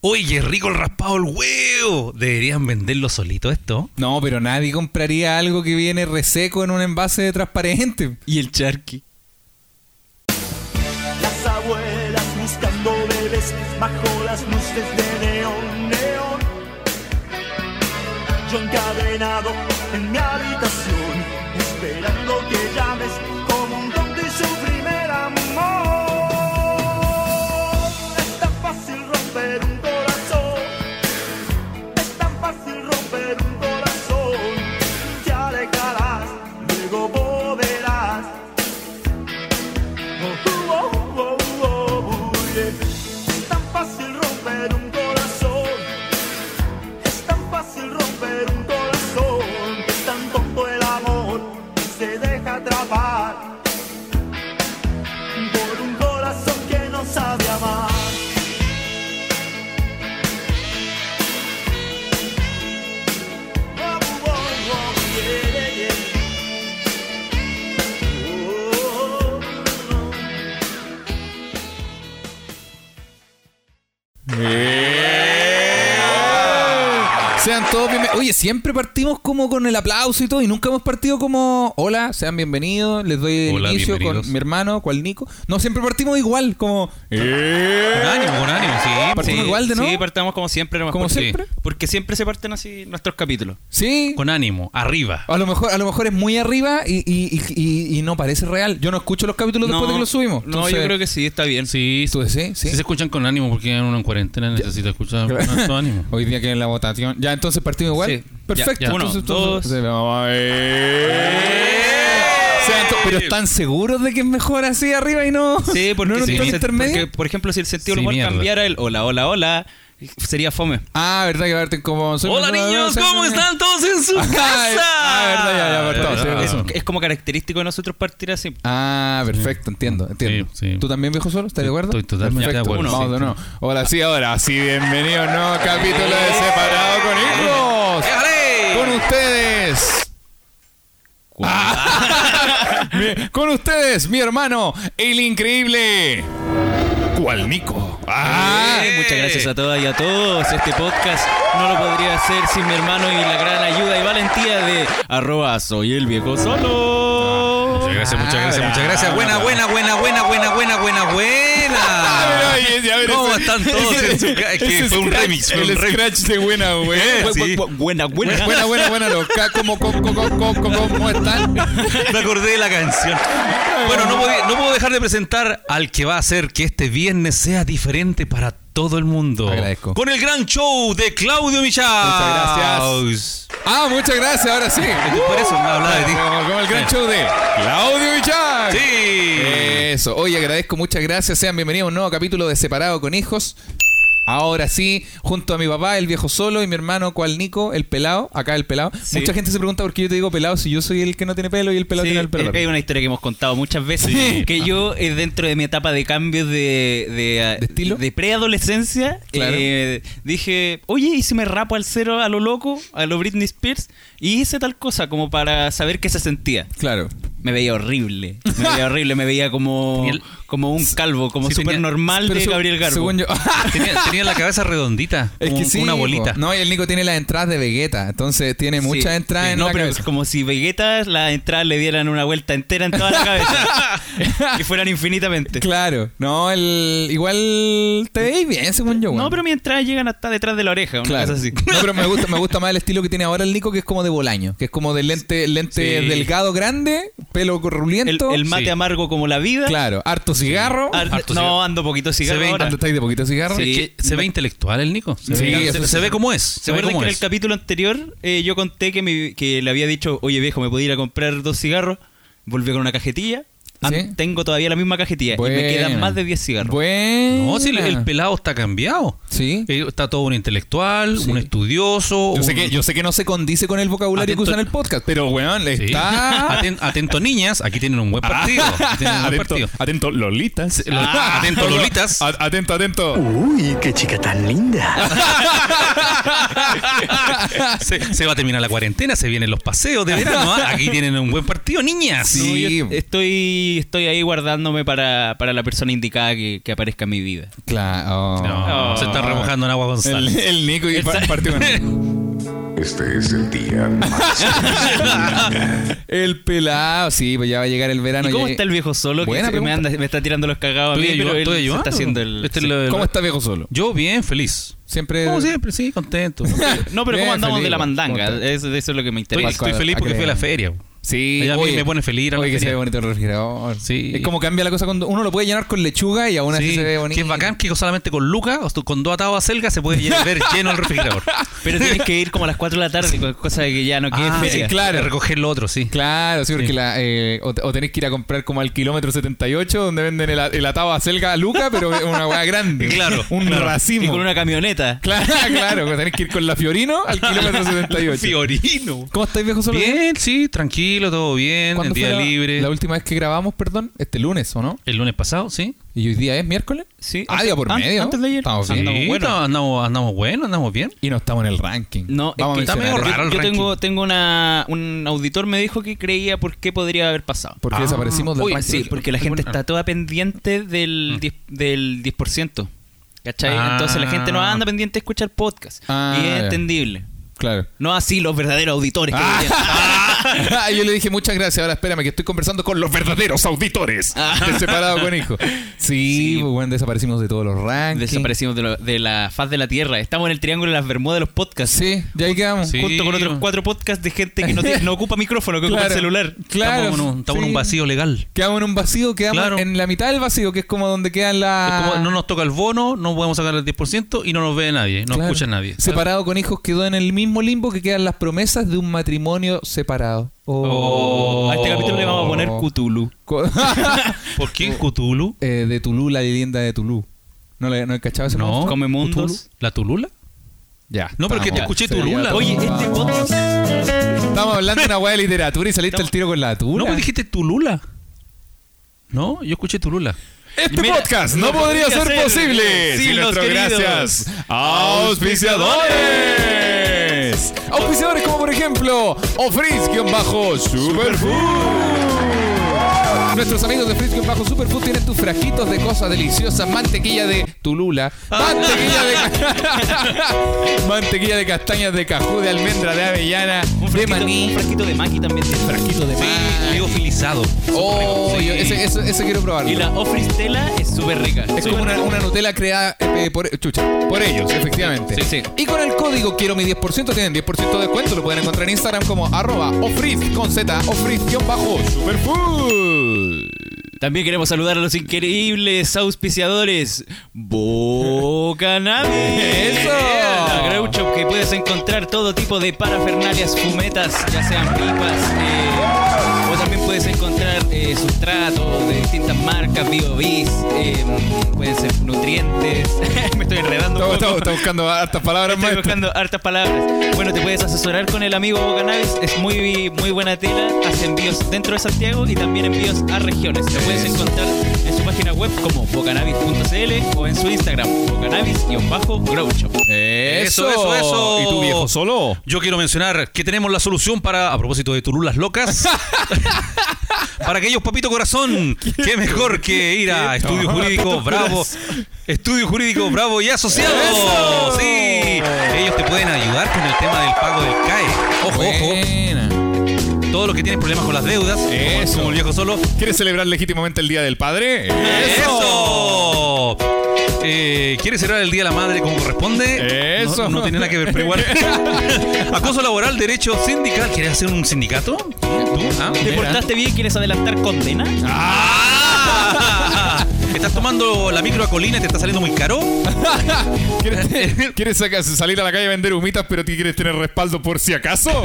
Uy, qué rico el raspado el huevo. Deberían venderlo solito esto. No, pero nadie compraría algo que viene reseco en un envase transparente. Y el charqui. Las abuelas buscando bebés bajo las luces de neón, neón. Yo encadenado en mi habitación, esperando que llames como un don de su primer amor. Es tan fácil romper un corazón, es tan fácil romper un corazón. Te alejarás, luego volverás. Oh, oh, oh, oh, oh, yeah. Es tan fácil romper un corazón. Es tan fácil romper un corazón. Es tan tonto el amor que se deja atrapar por un corazón que no sabe amar. Oh, oh, oh, yeah, yeah. Oh, oh, oh. Sean todos bienvenidos. Oye, siempre partimos como con el aplauso y todo, y nunca hemos partido como, hola, sean bienvenidos, les doy el Hola, inicio bienvenidos. con mi hermano, cual Nico. No, siempre partimos igual, como... "Eh, Con ánimo, con ánimo, sí. Partimos sí. igual de nuevo. Sí, partamos como siempre. nomás, ¿Como porque- siempre? Porque siempre se parten así nuestros capítulos. Sí. Con ánimo, arriba. A lo mejor, a lo mejor es muy arriba y, y- y- y- y no parece real. Yo no escucho los capítulos después de que los subimos. No, yo creo que sí, está bien. Sí, ¿Tú decís? Si Sí. se escuchan con ánimo porque uno en cuarentena necesita escuchar con alto ánimo. Hoy día que es la votación. Ya, entonces partimos igual. Sí. Perfecto. Ya, ya. Uno, Entonces, dos. entonces, vamos a ver. O sea, ento- pero están seguros de que es mejor así arriba y no. Sí, porque, no en si un tono el- intermedio. porque, por ejemplo, si el sentido del Sí, humor mierda. cambiara el hola, hola, hola, sería fome. Ah, verdad que va a verte como. soy Hola mejor- niños, soy ¿cómo mejor- están todos en su Ah, casa? ah, verdad, ya, ya, perdón, Es- sí, razón. Es como característico de nosotros partir así. Ah, perfecto, entiendo, entiendo. Sí, sí. ¿Tú también, viejo solo? ¿Estás de acuerdo? Estoy totalmente Perfecto. de acuerdo, Vamos sí. de nuevo. Hola, sí, ahora sí, bienvenido a un nuevo capítulo de Separado con Hijos. Con ustedes. Ah. Mi- con ustedes, mi hermano, el increíble. ¿Cuál Nico? Ah. Eh, Muchas gracias a todas y a todos. Este podcast no lo podría hacer sin mi hermano y la gran ayuda y valentía de arroba soy el viejo solo. Muchas gracias, muchas gracias, muchas gracias. Buena, buena, buena, buena, buena, buena, buena, Ah, buena. mira, ya, mira, ¿Cómo ese- están todos? ese- en su ca- Es que ese fue un scratch, remix, fue un El remix. scratch de buena, güey. Eh, sí. Buena, buena. Buena, buena, buena, loca. ¿Cómo, cómo, cómo, cómo, cómo, cómo están? Me acordé de la canción. Bueno, no, podí- no puedo dejar de presentar al que va a hacer que este viernes sea diferente para todo el mundo. Agradezco. Con el gran show de Claudio Michal. Muchas Ah, muchas gracias, ahora sí. Por eso me hablaba de ti. Como, como el gran Eh. show de Claudio Villar. Sí. Eso. Oye, agradezco, muchas gracias. Sean bienvenidos a un nuevo capítulo de Separado con Hijos. Ahora sí, junto a mi papá, el viejo solo, y mi hermano, cual Nico, el pelado, acá el pelado. Sí. Mucha gente se pregunta por qué yo te digo pelado si yo soy el que no tiene pelo y el pelado Sí, tiene el pelo. es que hay una historia que hemos contado muchas veces. Sí. Que yo, eh, dentro de mi etapa de cambios de, de, ah, ¿De estilo? de preadolescencia, Claro. eh, dije, oye, ¿y si me rapo al cero a lo loco, a lo Britney Spears? Y hice tal cosa como para saber qué se sentía. Claro. Me veía horrible, me veía horrible, me veía como, Tenía el- como un calvo, como Sí, tenía- súper normal de se- Gabriel Garbo. Según yo. Tenía, tenía la cabeza redondita. Es como que sí, una bolita. po. No, y el Nico tiene las entradas de Vegeta, entonces tiene Sí, muchas entradas sí, en No, la pero cabeza. como si Vegeta la entrada le dieran una vuelta entera en toda la cabeza. que fueran infinitamente. Claro, no, el igual te veis bien, según yo. No, weón. pero mi entrada llegan hasta detrás de la oreja, una Claro. cosa así. No, pero me gusta, me gusta más el estilo que tiene ahora el Nico, que es como de bolaño, que es como de lente, lente Sí. delgado, grande, pelo El, ruliento. el mate Sí. amargo como la vida. Claro, harto cigarro. Ar- Harto cigarro. no, ando poquito cigarro Se ve ahora. ¿Tanto estáis de poquito cigarro? Sí. Es que se ve intelectual el Nico. Se, Sí, ve, eso se, sí. se ve cómo es. Se ¿Se ve acuerdan que cómo en es. el capítulo anterior eh, yo conté que, me- que le había dicho, oye viejo, ¿me podía ir a comprar dos cigarros? Volví con una cajetilla. Ah, Sí. Tengo todavía la misma cajetilla y Buena. me quedan más de 10 cigarros. Buena. No, si el, el pelado está cambiado. Ah. Sí. Eh, Está todo un intelectual, Sí. un estudioso. Yo sé, un- que, yo sé que no se condice con el vocabulario que Atento- usan en el podcast, pero weón, le Sí. está. Aten- atento, niñas, aquí tienen un buen partido. Aquí tienen un buen partido. atento, Lolitas. Lo- Ah. Atento, Lolitas. atento, atento. Uy, qué chica tan linda. se, se va a terminar la cuarentena, se vienen los paseos de verano. ¿ah? Aquí tienen un buen partido, niñas. Sí. No, yo estoy y estoy ahí guardándome para, para la persona indicada que, que aparezca en mi vida. Claro. No, Oh. se está remojando en agua González. El, el Nico y pa- partió con- Este es el día más El pelado, sí, pues ya va a llegar el verano. ¿Y cómo ya- está el viejo solo? Que Buena se- me, pregunta. anda- me está tirando los cagados a mí, Estoy pero ayudando, él estoy se ayudando. está haciendo el... Este sí. lo- lo- ¿Cómo está viejo solo? Yo bien, feliz. Siempre. Como siempre, sí, contento. No, pero Bien, ¿cómo andamos feliz, de la bueno. mandanga? ¿Cómo Eso, eso es lo que me Estoy, interesa. estoy feliz porque fui a la feria. Sí, Ella a mí oye, me pone feliz ir a la oye, que se feria. ve bonito el refrigerador. Sí. Es como cambia la cosa cuando uno lo puede llenar con lechuga y aún así Sí, se ve bonito. que es bacán que solamente con Lucas o con dos atados a selga se puede lle- ver lleno el refrigerador. Pero tienes que ir como a las 4 de la tarde, co- cosa de que ya no quede Ah, feria. sí, claro. Recoger lo otro, sí. Claro, sí, porque la, eh, o, o tenés que ir a comprar como al kilómetro 78 donde venden el, a- el atado a selga a Luca, pero es una weá grande. Claro, Un claro. racimo. Y con una camioneta. Claro, claro, tenés que ir con la Fiorino al kilómetro 78. Fiorino. ¿Cómo estáis, viejo solo? Bien, sí, tranquilo, todo bien, en ¿Cuándo día fue la- libre. La última vez que grabamos, perdón, este lunes, ¿o no? El lunes pasado, sí. ¿Y hoy día es miércoles? Sí. Ah, día por An- medio. Antes de ayer. Estamos bien. Andamos, Andamos bueno. bueno. andamos, andamos bueno, andamos bien. Y no estamos en el ranking. No, es Vamos que a está mencionar medio eso. raro el Yo ranking. tengo, tengo una, un auditor me dijo que creía por qué podría haber pasado. Porque Ah, desaparecimos del uy, ranking. Sí, porque la gente está toda pendiente del, 10, del 10%. ¿Cachai? Ah. Entonces la gente no anda pendiente de escuchar podcast. Ah, y es ya. entendible. Claro. No así los verdaderos auditores que Ah, yo le dije muchas gracias. Ahora espérame, que estoy conversando con los verdaderos auditores. de separado con hijo. Sí, Sí. pues, bueno, desaparecimos de todos los venían. rankings. Desaparecimos de, lo- de la faz de la tierra. Estamos en el triángulo de las Bermudas de los podcasts. Sí, ya ahí quedamos. Sí. Junto con otros cuatro podcasts de gente que no, tiene- no ocupa micrófono, que ocupa Claro. el celular. Claro. Estamos, en un, estamos en sí. un vacío legal. Quedamos en un vacío, quedamos Claro. en la mitad del vacío, que es como donde quedan Es la. como no nos toca el bono, no podemos sacar el 10% y no nos ve nadie, no Claro. escucha nadie. Separado con hijos quedó en el mismo limbo que quedan las promesas de un matrimonio separado. Oh. Oh. A este capítulo le vamos a poner Cthulhu. Co- ¿Por qué Cthulhu? Eh, de Tulú, la leyenda de Tulú. ¿No, le, no he cachado ese No. monstruo? Come mundos. ¿La Tulula? Ya. No, porque te estamos. escuché Ah, Sería Tulula. todo. Oye, este podcast. Estamos hablando de una weá de literatura y saliste al tiro con la Tula. No, pues dijiste Tulula. No, yo escuché Tulula. Este Mira, podcast no no podría, podría ser, ser posible sin sin los nuestro queridos gracias auspiciadores. Auspiciadores como por ejemplo Ofriz-Superfood. Nuestros amigos de Fritz Superfood tienen tus frajitos de cosas deliciosas, mantequilla de tulula, mantequilla de mantequilla de castañas de cajú, de almendra, de avellana, Un de frasquito, un maní, frasquito de maqui también. frasquito de Sí, maní. liofilizado. Oh, Sí. yo- ese, ese- ese quiero probarlo. Y la ofristela es súper rica. Es como una, una Nutella creada eh, por, chucha, por ellos, efectivamente. Sí, sí. Y con el código quiero mi 10% tienen 10% de descuento. Lo pueden encontrar en Instagram como arroba ofriz con Z, ofriz-superfood. También queremos saludar a los increíbles auspiciadores Bocanami. ¡Eso! La Grow Shop, que puedes encontrar todo tipo de parafernalias fumetas, ya sean pipas, eh, o también puedes encontrar eh, sustratos de distintas marcas, BioBis, eh, pueden ser nutrientes. Me estoy Estamos, enredando. un poco. estamos- estamos buscando hartas palabras, Estoy maestro. Este buscando hartas palabras. Bueno, te puedes asesorar con el amigo Bocanabis. Es muy, muy buena tela. Hace envíos dentro de Santiago y también envíos a regiones. Lo puedes encontrar en su página web como bocanabis.cl o en su Instagram, bocanabis-groucho. Eso, Eso, eso, eso. ¿Y tu viejo solo? Yo quiero mencionar que tenemos la solución para, a propósito de Tululas locas, para aquellos papito corazón, qué mejor que ir a Estudio Jurídico Bravo. Estudio Jurídico Bravo y Asociados. ¡Eso! Sí, ellos te pueden ayudar con el tema del pago del CAE. Ojo, ojo, Buena. todos los que tienen problemas con las deudas, como- Eso. como el viejo solo, ¿Quieres celebrar legítimamente el Día del Padre? ¡Eso! Eh, ¿Quiere cerrar el Día de la Madre como corresponde? Eso. No, no tiene nada que ver, pero igual. Acoso laboral, derecho sindical. ¿Quieres hacer un sindicato? ¿Tú? ¿Ah? ¿Te mira. portaste bien? ¿Quieres adelantar condena? ¡Ah! ¿Estás tomando la micro a colina y te está saliendo muy caro? ¿Quieres, quieres saca- salir a la calle a vender humitas, pero te quieres tener respaldo por si acaso?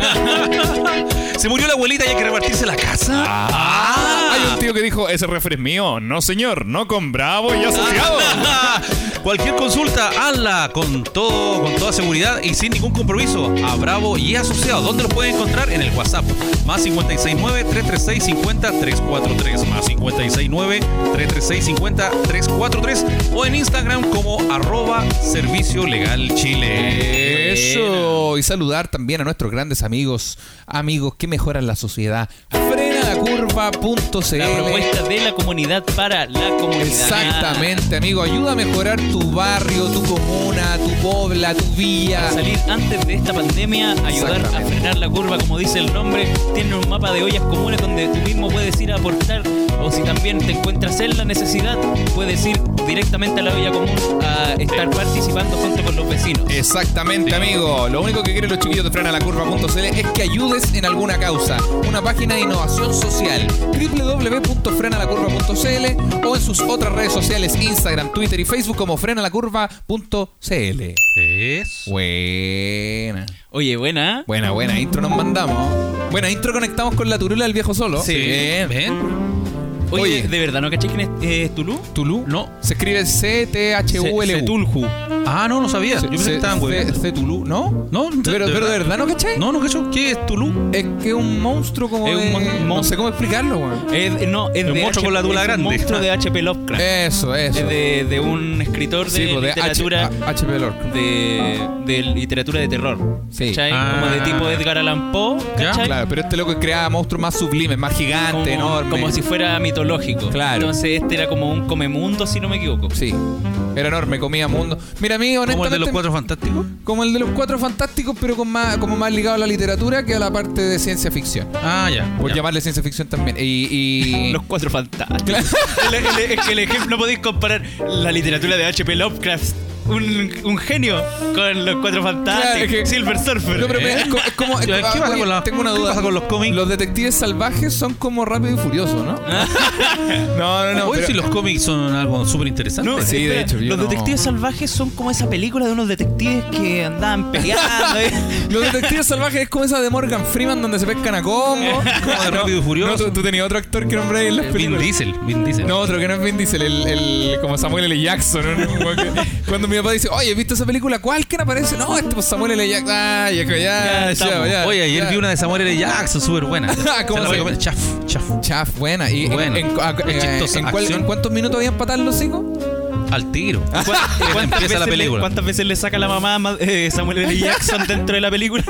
¿Se murió la abuelita y hay que repartirse la casa? ¡Ah! Hay un tío que dijo, ese refri es mío. No, señor, no con Bravo y asociado. Cualquier consulta, hazla con todo, con toda seguridad y sin ningún compromiso a Bravo y Asociado. ¿Dónde los pueden encontrar? En el WhatsApp. Más 569-336-50-343. Más 569-336-50-343. O en Instagram como arroba Servicio Legal Chile. Eso, y saludar también a nuestros grandes amigos, amigos que mejoran la sociedad. Frena La curva.cl. propuesta de la comunidad para la comunidad. Exactamente, amigo. Ayuda a mejorar tu barrio, tu comuna, tu pobla, tu villa. Para salir antes de esta pandemia, ayudar a Exactamente. frenar la curva, como dice el nombre, tiene un mapa de ollas comunes donde tú mismo puedes ir a aportar o si también te encuentras en la necesidad, puedes ir directamente a la olla común a estar participando junto con los vecinos. Exactamente, amigo. Lo único que quieren los chiquillos de frenalacurva.cl es que ayudes en alguna causa. Una página de innovación social, www.frenalacurva.cl o en sus otras redes sociales, Instagram, Twitter y Facebook como frenalacurva.cl. Es. Buena. Oye, buena. ¿eh? Buena, buena intro nos mandamos. Buena intro conectamos con la turula del viejo solo. Sí. Bien. Ven. Oye, Oye. ¿de verdad no caché quién es eh, Tulú? Tulú. No. Se escribe C-T-H-U-L-U. Setulju. Ah, no, no sabía. Yo pensé que estaban, güey. Tulú, ¿no? No, Pero, pero de verdad, ¿no cachai? No, no, cacho. ¿Qué es Tulú? Es que es un monstruo como. Es un de- mon- No mon- sé cómo explicarlo, weón. Es- Eh, no, es Un de monstruo con la tula es un grande. monstruo de H.P. Lovecraft. Eso, eso. Es de, de un escritor de Sí, pues, de literatura H- a- HP Lorca. de, de literatura de terror. Sí. ¿Cachai? Ah. Como de tipo Edgar Allan Poe, Ya, ¿cachai? Claro, pero este loco creaba monstruos más sublimes, más Como, gigantes, enormes. como si fuera mitológico. Claro. Entonces este era como un comemundo, si no me equivoco. Sí. Era enorme, comía mundo. Mira, a mí, honestamente. ¿Como el de los cuatro fantásticos? como el de los cuatro fantásticos, pero con más, como más ligado a la literatura que a la parte de ciencia ficción. Ah, ya. Por ya. llamarle ciencia ficción también. Y. y- Los cuatro fantásticos. El- el- es que el ejemplo, no podéis comparar la literatura de H.P. Lovecraft, un, un genio, con los cuatro fantásticos. Claro, es que- Silver Surfer. No, pero ¿Eh? es como. es como- es Ya, como- ¿qué ah, pasa oye, con la- tengo una qué duda. pasa con los cómics? Ah. Los detectives salvajes son como rápido y furioso, ¿no? no, no, no. Oye, pero- si los cómics son algo súper interesante. No, Sí, de espera, hecho, yo los no- detectives salvajes son como esa película de unos detectives que andaban peleando. ¿eh? Los detectives salvajes es como esa de Morgan Freeman donde se pescan a combo. Como de Rápido y Furioso. No, tú, tú tenías otro actor que nombré en las Vin películas. Diesel. Vin Diesel. No, otro que no es Vin Diesel, el, el- como Samuel L. Jackson. ¿no? Un weón que- Cuando mi papá dice, oye, ¿has visto esa película? ¿Cuál que no aparece? No, este es Samuel L. Jackson. Ah, ya, ya, ya, estamos. ya, Oye, ayer ya. vi una de Samuel L. Jackson súper buena. ¿Cómo Se la se- recomiendo. Chaf, chaf. Chaf, buena. ¿Y en- Buena. en, a- Es eh, chistosa. ¿en cuál- Acción. en cuántos minutos habían patar los hijos? Al tiro. ¿Cuántas Empieza la veces le- película. ¿Cuántas veces le saca la mamá a Ma- eh, Samuel L. Jackson dentro de la película?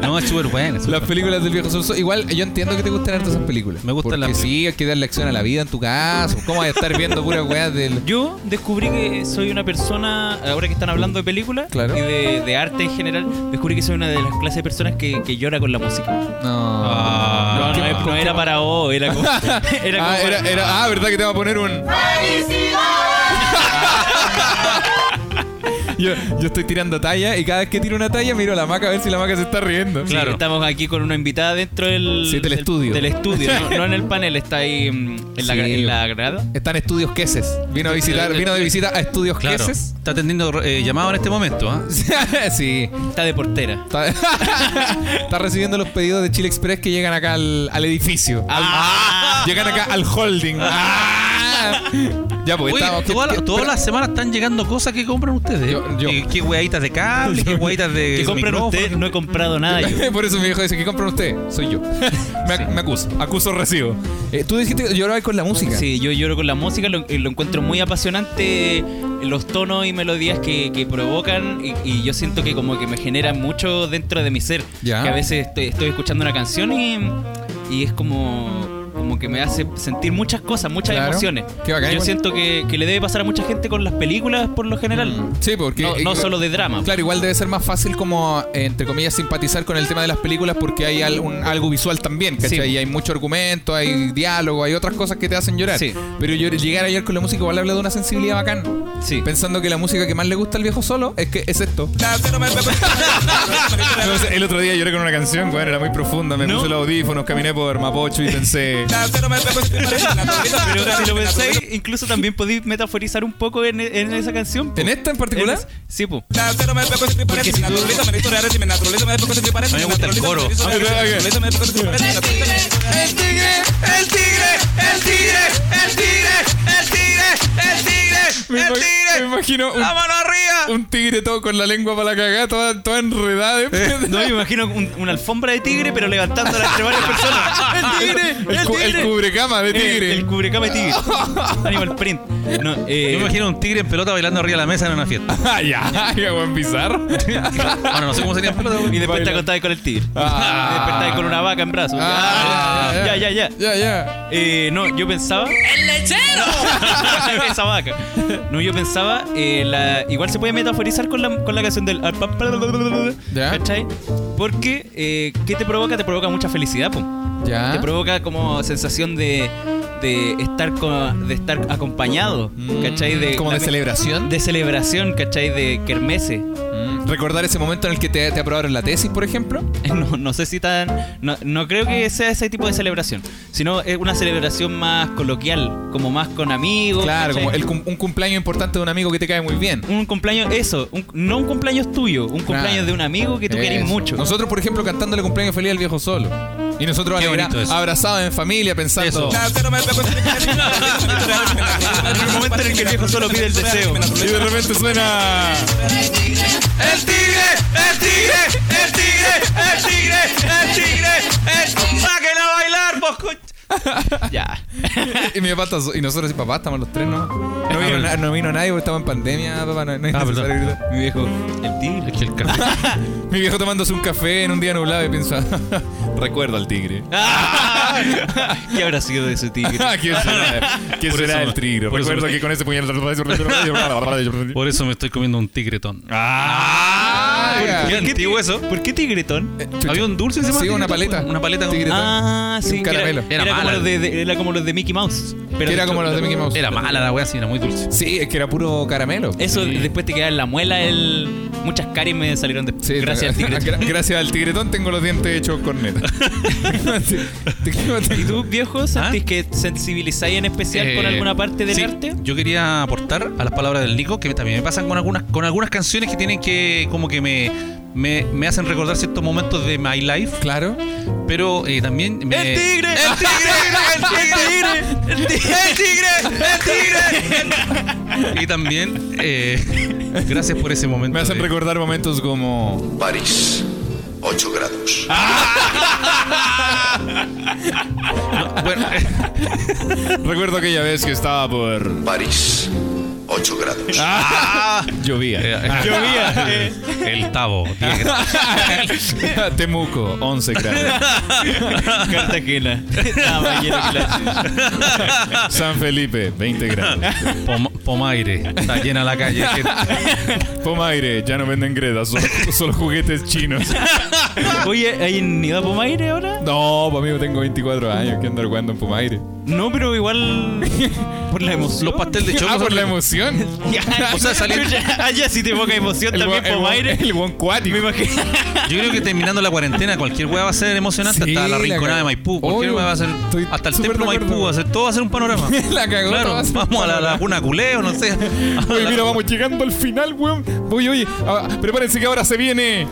No, es súper buena. es súper Las películas del viejo Sorso. Igual, yo entiendo que te gustan harto esas películas. Me gustan Porque las- sí, hay que darle acción a la vida en tu casa. ¿Cómo vas a estar viendo puras weas del...? Yo descubrí que soy una persona, ahora que están hablando de películas Claro. y de, de arte en general, descubrí que soy una de las clases de personas que, que llora con la música. No. Ah. No, no, no era para vos, era como... Era como ah, era, para- era- ah, ¿verdad que te va a poner un. yo, yo estoy tirando talla y cada vez que tiro una talla miro a la maca a ver si la maca se está riendo. Sí, Claro. Estamos aquí con una invitada dentro del... Sí, del estudio. Del estudio, no, no en el panel, está ahí mm, en, la, Sí. en la grada. Están estudios queses. Vino a visitar, vino de visita a estudios Claro. queses. Está atendiendo eh, llamado en este momento. ¿ah? sí. Está de portera. Está, está recibiendo los pedidos de Chile Express que llegan acá al, al edificio. Al- Ah. Llegan acá al holding. Ah. Ya, pues Oye, estamos. toda la- ¿qué- qué- todas las semanas están llegando cosas que compran ustedes. Yo- yo. ¿Qué, qué hueaditas de cable, qué hueaditas de. Que compran micrófono. ustedes, no he comprado nada yo. Por eso mi hijo dice, ¿qué compran ustedes? Soy yo. Me, ac- me acuso. Acuso recibo. Eh, tú dijiste que llorabas con la música. Sí, yo lloro con la música, lo, eh, lo encuentro muy apasionante, eh, los tonos y melodías que, que provocan y, y yo siento que como que me genera mucho dentro de mi ser. Ya. Que a veces estoy, estoy escuchando una canción y, y es como, como que me hace sentir muchas cosas, muchas Claro. emociones. Qué bacán. yo siento que, que le debe pasar a mucha gente con las películas por lo general. Sí, porque. No, no eh, solo de drama. Claro, igual debe ser más fácil como, eh, entre comillas, simpatizar con el tema de las películas porque hay al- un- algo visual también, ¿cachai? Sí. Y hay mucho argumento, hay diálogo, hay otras cosas que te hacen llorar. Sí. Pero yo, llegar a llorar con la música igual habla de una sensibilidad bacán. Sí. Pensando que la música que más le gusta al viejo solo es que es esto. No, o sea, el otro día lloré con una canción, bueno, era muy profunda. Me ¿No? puse los audífonos, caminé por Mapocho y pensé. Pero si lo pensáis, incluso también podéis metaforizar un poco en, en esa canción. po. ¿En esta en En particular? es- Sí, po. Porque si A tú- mí me gusta el coro. El tigre, el tigre, el tigre, el tigre, el tigre, el tigre, Me ¡El imag- tigre! me imagino un- ¡La Ah, mano arriba! Un tigre todo con la lengua para la cagada, toda, toda enredada. No, me imagino un- una alfombra de tigre, pero levantándola entre varias personas. ¡El tigre! el, ¡El cu- el tigre! cubrecama de El, tigre. el cubrecama de tigre. Animal print. No, eh, Yo me imagino un tigre en pelota bailando arriba de la mesa en una fiesta. Ah, ya, ya, buen bizarro. Bueno, no sé cómo sería en pelota. Y güey. después te Baila. acostabas con el tigre. Ah. Y despertabas con una vaca en brazos. Ah, ya, ya, ya. Ya, ya. Eh, no, yo pensaba. ¡El lechero! Esa vaca. No, yo pensaba. eh, la- igual se puede metaforizar con la, con la canción del. Ya. ¿Cachai? Porque, eh, ¿qué te provoca? Te provoca mucha felicidad, pum. Ya. Te provoca como sensación de, de estar con- de estar acompañado, ¿cachai? De, Mm. Como de la- celebración. de celebración, ¿cachai? De kermese. Mm. Recordar ese momento en el que te, te aprobaron la tesis, por ejemplo. No, no sé si tan. No, no creo que sea ese tipo de celebración, sino es una celebración más coloquial, como más con amigos. Claro, ¿cachai? como el cum- un cumpleaños importante de un amigo que te cae muy bien. Un cumpleaños, eso, un- no un cumpleaños tuyo, un cumpleaños de un amigo que tú querés Eso. mucho. Eh, Nosotros, por ejemplo, cantándole cumpleaños feliz al viejo solo. Y nosotros Qué alegra- bonito eso. abrazados en familia pensando. Eso. En el momento en el que el viejo solo pide el deseo. Y de repente suena. ¡El tigre! ¡El tigre! ¡El tigre! ¡El tigre! ¡El tigre! ¡El... ¡Sáquenlo a bailar, pues, vos co- Ya. Y mi papá está so- y nosotros sí, papá, estamos los tres, ¿no? No vino, perdón. na- no vino nadie porque estamos en pandemia, papá. No, no es Ah, necesario perdón. gritar. Mi viejo, el tigre. Es que el café- Mi viejo tomándose un café en un día nublado y piensa. Recuerda al tigre. ¡Ah! ¿Qué habrá sido de ese tigre? ¿Quién Ah, será, ¿Quién Por será eso- el tigre? por eso Recuerda me- que con ese puñal. Por eso me estoy comiendo un tigretón. ¡Ah! qué antiguo eso? ¿Por qué tigretón? ¿Había un dulce encima? Eh, Sí, del una tigretón? paleta. Una paleta con... Tigretón. Ah, sí, Un que caramelo. Era, Era era como mala. los de, de- era como los de Mickey Mouse. Pero Que era de- como los de Mickey Mouse. Era mala la wea, sí, era muy dulce. Sí, es que era puro caramelo. Eso después te queda en la muela el... Muchas caries me salieron de... Sí, gracias al gra- tigretón. gra- gracias al tigretón tengo los dientes hechos corneta. Sí, te quiero- te- ¿Y tú, viejo, sentís que sensibilizáis en especial con Eh, alguna parte del sí, arte? Yo quería aportar a las palabras del Nico, que también me pasan con algunas, con algunas canciones que tienen que, como que me, me, me hacen recordar ciertos momentos de my life, Claro. pero eh, también me. ¡El tigre! ¡El tigre! ¡El tigre! ¡El tigre! ¡El tigre! ¡El tigre! Y también, eh, gracias por ese momento. Me hacen de- recordar momentos como. París, 8 grados. Bueno, eh, Recuerdo aquella vez que estaba por. París, 8 grados. Llovía. Llovía. eh. el tabo. diez grados. Ah, Temuco, 11 grados. Cartagena. Estaba más lleno que la San Felipe, 20 grados. Pom- Pomaire. Está llena la calle. Pomaire, ya no venden gredas, solo, solo juguetes chinos. chucha. Oye, ¿hay nido a Pomaire ahora? No, pues amigo, tengo 24 años, que andar jugando en Pomaire. No, pero igual. Por la emoción. Los pasteles de Ah, chocolate. por la emoción. O sea, salir- Allá sí te evoca emoción El, también, buen- el, buen- Pomaire. el buen cuático. Me imagino. Yo creo que terminando la cuarentena, cualquier hueá va a ser emocionante. Sí, hasta la rinconada la- de Maipú, cualquier Obvio, hueá va a ser. estoy Hasta el súper templo de Maipú, acuerdo. va a ser, todo va a ser un panorama. La cagó, Claro, todo va a ser un vamos a la panorama. laguna culeo, no sé. Oye, mira, vamos llegando al final, weón. Voy, oye, ah, prepárense que ahora se viene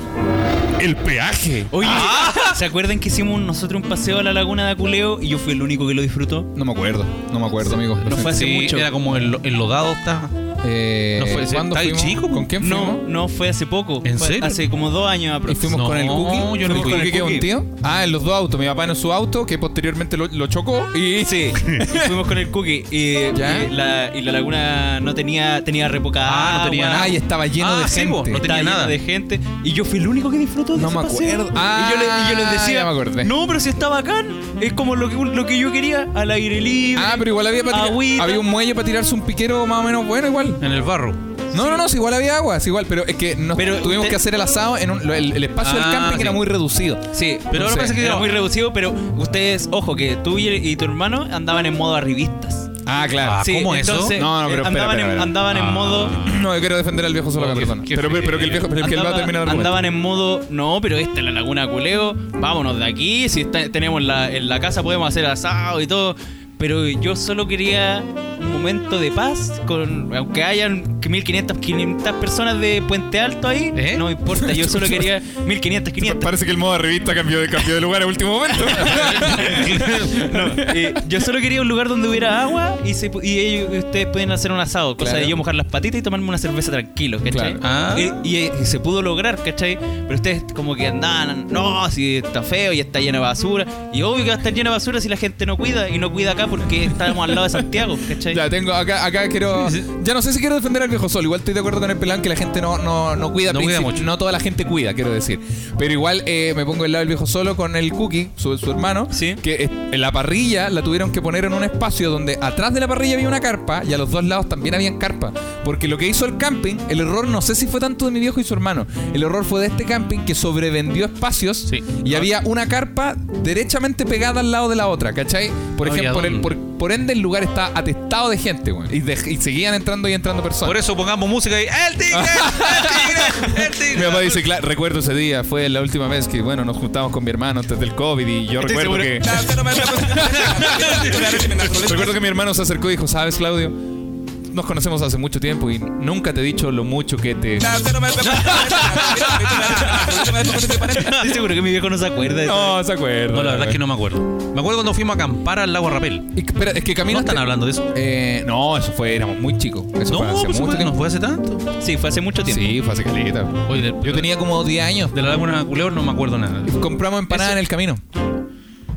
el peaje. Oye, Ah. ¿se acuerdan que hicimos nosotros un paseo a la laguna de Aculeo y yo fui el único que lo disfrutó? No me acuerdo, no me acuerdo, amigo. No fue hace Sí, mucho. Era como el, lodado está. Eh, No fue- ¿Cuándo ¿está ahí fuimos? chico? ¿Con quién No, fuimos? no fue hace poco. ¿En Fue serio? Hace como dos años ¿Y aproximadamente. fuimos con el No, cookie? yo no fui. ¿Fuimos con el Con el cookie, que es un tío? Ah, en los dos autos. Mi papá en su auto, que posteriormente lo, lo chocó y... Sí, fuimos con el cookie y, eh, ¿Ya? y la, y la laguna no tenía tenía repocada. Ah, no tenía nada. Ay, estaba lleno Ah, de sí, gente. vos, no tenía nada. de gente y yo fui el único que disfrutó de No ese me paseo. acuerdo. y, yo le- y Ah, yo les decía, ya me acordé. no, pero si está bacán, es como lo que, lo que yo quería, al aire libre. Ah, pero igual había para tirar- Agüita. había un muelle para tirarse un piquero más o menos bueno igual. En el barro. No, no, no, sí, igual había agua, sí, igual, pero es que nos Pero tuvimos te- que hacer el asado en un- lo- el, el espacio Ah, del camping sí. era muy reducido. Sí, Pero pero ahora sé, parece que era ya- muy reducido, pero ustedes, ojo, que tú y, y tu hermano andaban en modo arribistas. Ah, claro. Ah, Sí, ¿cómo eso? entonces, No, no, pero eh, espera, andaban, espera, en, espera. Ah. andaban en modo No, yo quiero defender al viejo solo a Oh, la qué- persona. qué pero, pero, pero que el viejo, pero que él va a Andaba- terminar el argumento. Andaban en modo, no, pero esta es la laguna de Culeo, vámonos de aquí, si está- tenemos la, en la casa podemos hacer asado y todo. pero yo solo quería un momento de paz, con aunque hayan 1500 500 personas de Puente Alto ahí, ¿Eh? no importa, yo solo quería 1500 500. Parece que el modo de revista cambió de, cambió de lugar a último momento. Eh, yo solo quería un lugar donde hubiera agua y, se pu- y ellos, y ustedes pueden hacer un asado, cosa Claro. de yo mojar las patitas y tomarme una cerveza tranquilo, ¿cachai? Claro. Ah. Eh, Y, eh, y se pudo lograr, ¿cachai? Pero ustedes como que andaban, no, si está feo y está lleno de basura. Y obvio que va a estar lleno de basura si la gente no cuida y no cuida acá porque estamos al lado de Santiago, ¿cachai? ya tengo, acá, acá quiero. Ya no sé si quiero defender al viejo sol. Igual estoy de acuerdo con el pelán que la gente no, no, no cuida. No cuida princip- mucho. No toda la gente cuida, quiero decir. Pero igual eh, me pongo del lado del viejo solo con el cookie, su, su hermano. Sí. Que eh, en la parrilla la tuvieron que poner en un espacio donde atrás de la parrilla había una carpa y a los dos lados también habían carpa. Porque lo que hizo el camping, el error no sé si fue tanto de mi viejo y su hermano. El error fue de este camping que sobrevendió espacios Sí. y había una carpa derechamente pegada al lado de la otra, ¿cachai? Por No había ejemplo, por dónde. el, por, por ende, el lugar está atestado de gente, güey. Y, de- y seguían entrando y entrando personas. Por eso pongamos música y. ¡El tigre! ¡El tigre! ¡El tigre! mi papá dice, "Cla- recuerdo ese día, fue la última vez que, bueno, nos juntamos con mi hermano antes del COVID y yo recuerdo que... Recuerdo que mi hermano se acercó y dijo, ¿sabes, Claudio? Nos conocemos hace mucho tiempo y nunca te he dicho lo mucho que te... Estoy seguro que mi viejo no se acuerda de eso. No, se acuerda. No, la verdad es que no me acuerdo. Me acuerdo cuando fuimos a acampar al lago Rapel. Y- espera, es que ¿No caminaste... están hablando de eso? Eh, no, eso fue, éramos muy chicos. Eso fue no, hace pues, mucho no tiempo. fue hace tanto. Sí, fue hace mucho tiempo. Sí, fue hace caleta. Oye, Yo tenía como 10 años. De la laguna Culebra no me acuerdo nada. Compramos empanadas en el camino.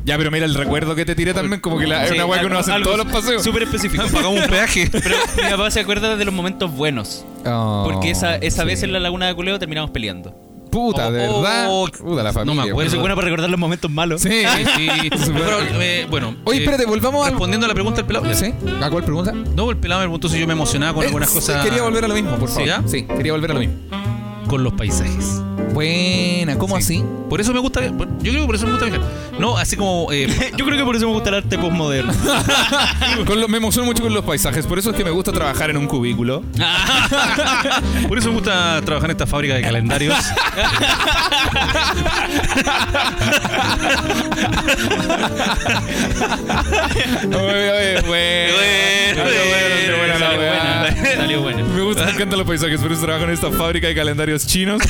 Ya, pero mira el recuerdo que te tiré también, como que la- es Sí, una weá que uno hace en algo todos los paseos. Súper específico. Pagamos un peaje. Pero mi papá se acuerda de los momentos buenos. Oh, Porque esa, esa sí. vez en la laguna de Culeo terminamos peleando. Puta, de Oh, verdad. oh, Puta, la no familia. me acuerdo. Yo soy bueno para recordar los momentos malos. Sí, Sí, pero, eh, bueno. Oye, eh, espérate, volvamos al- Respondiendo a la pregunta del pelado. ¿Sí? ¿A cuál pregunta? No, el pelado me preguntó si yo me emocionaba con Eh, algunas sí, cosas. Quería volver a lo mismo, por ¿Sí, favor. ¿Sí? ya? quería volver a lo mismo. Con los paisajes. Buena, ¿cómo Sí. así? Por eso me gusta. Yo creo que por eso me gusta viajar. No, así como. eh, Yo creo que por eso me gusta el arte postmoderno. Con lo- me emociono mucho con los paisajes, por eso es que me gusta trabajar en un cubículo. por eso me gusta trabajar en esta fábrica de calendarios. Oye, oye, bueno, bueno, bueno, la weá. Salió buena, salió buena. Me gustan, me encantan los paisajes, por eso trabajo en esta fábrica de calendarios chinos.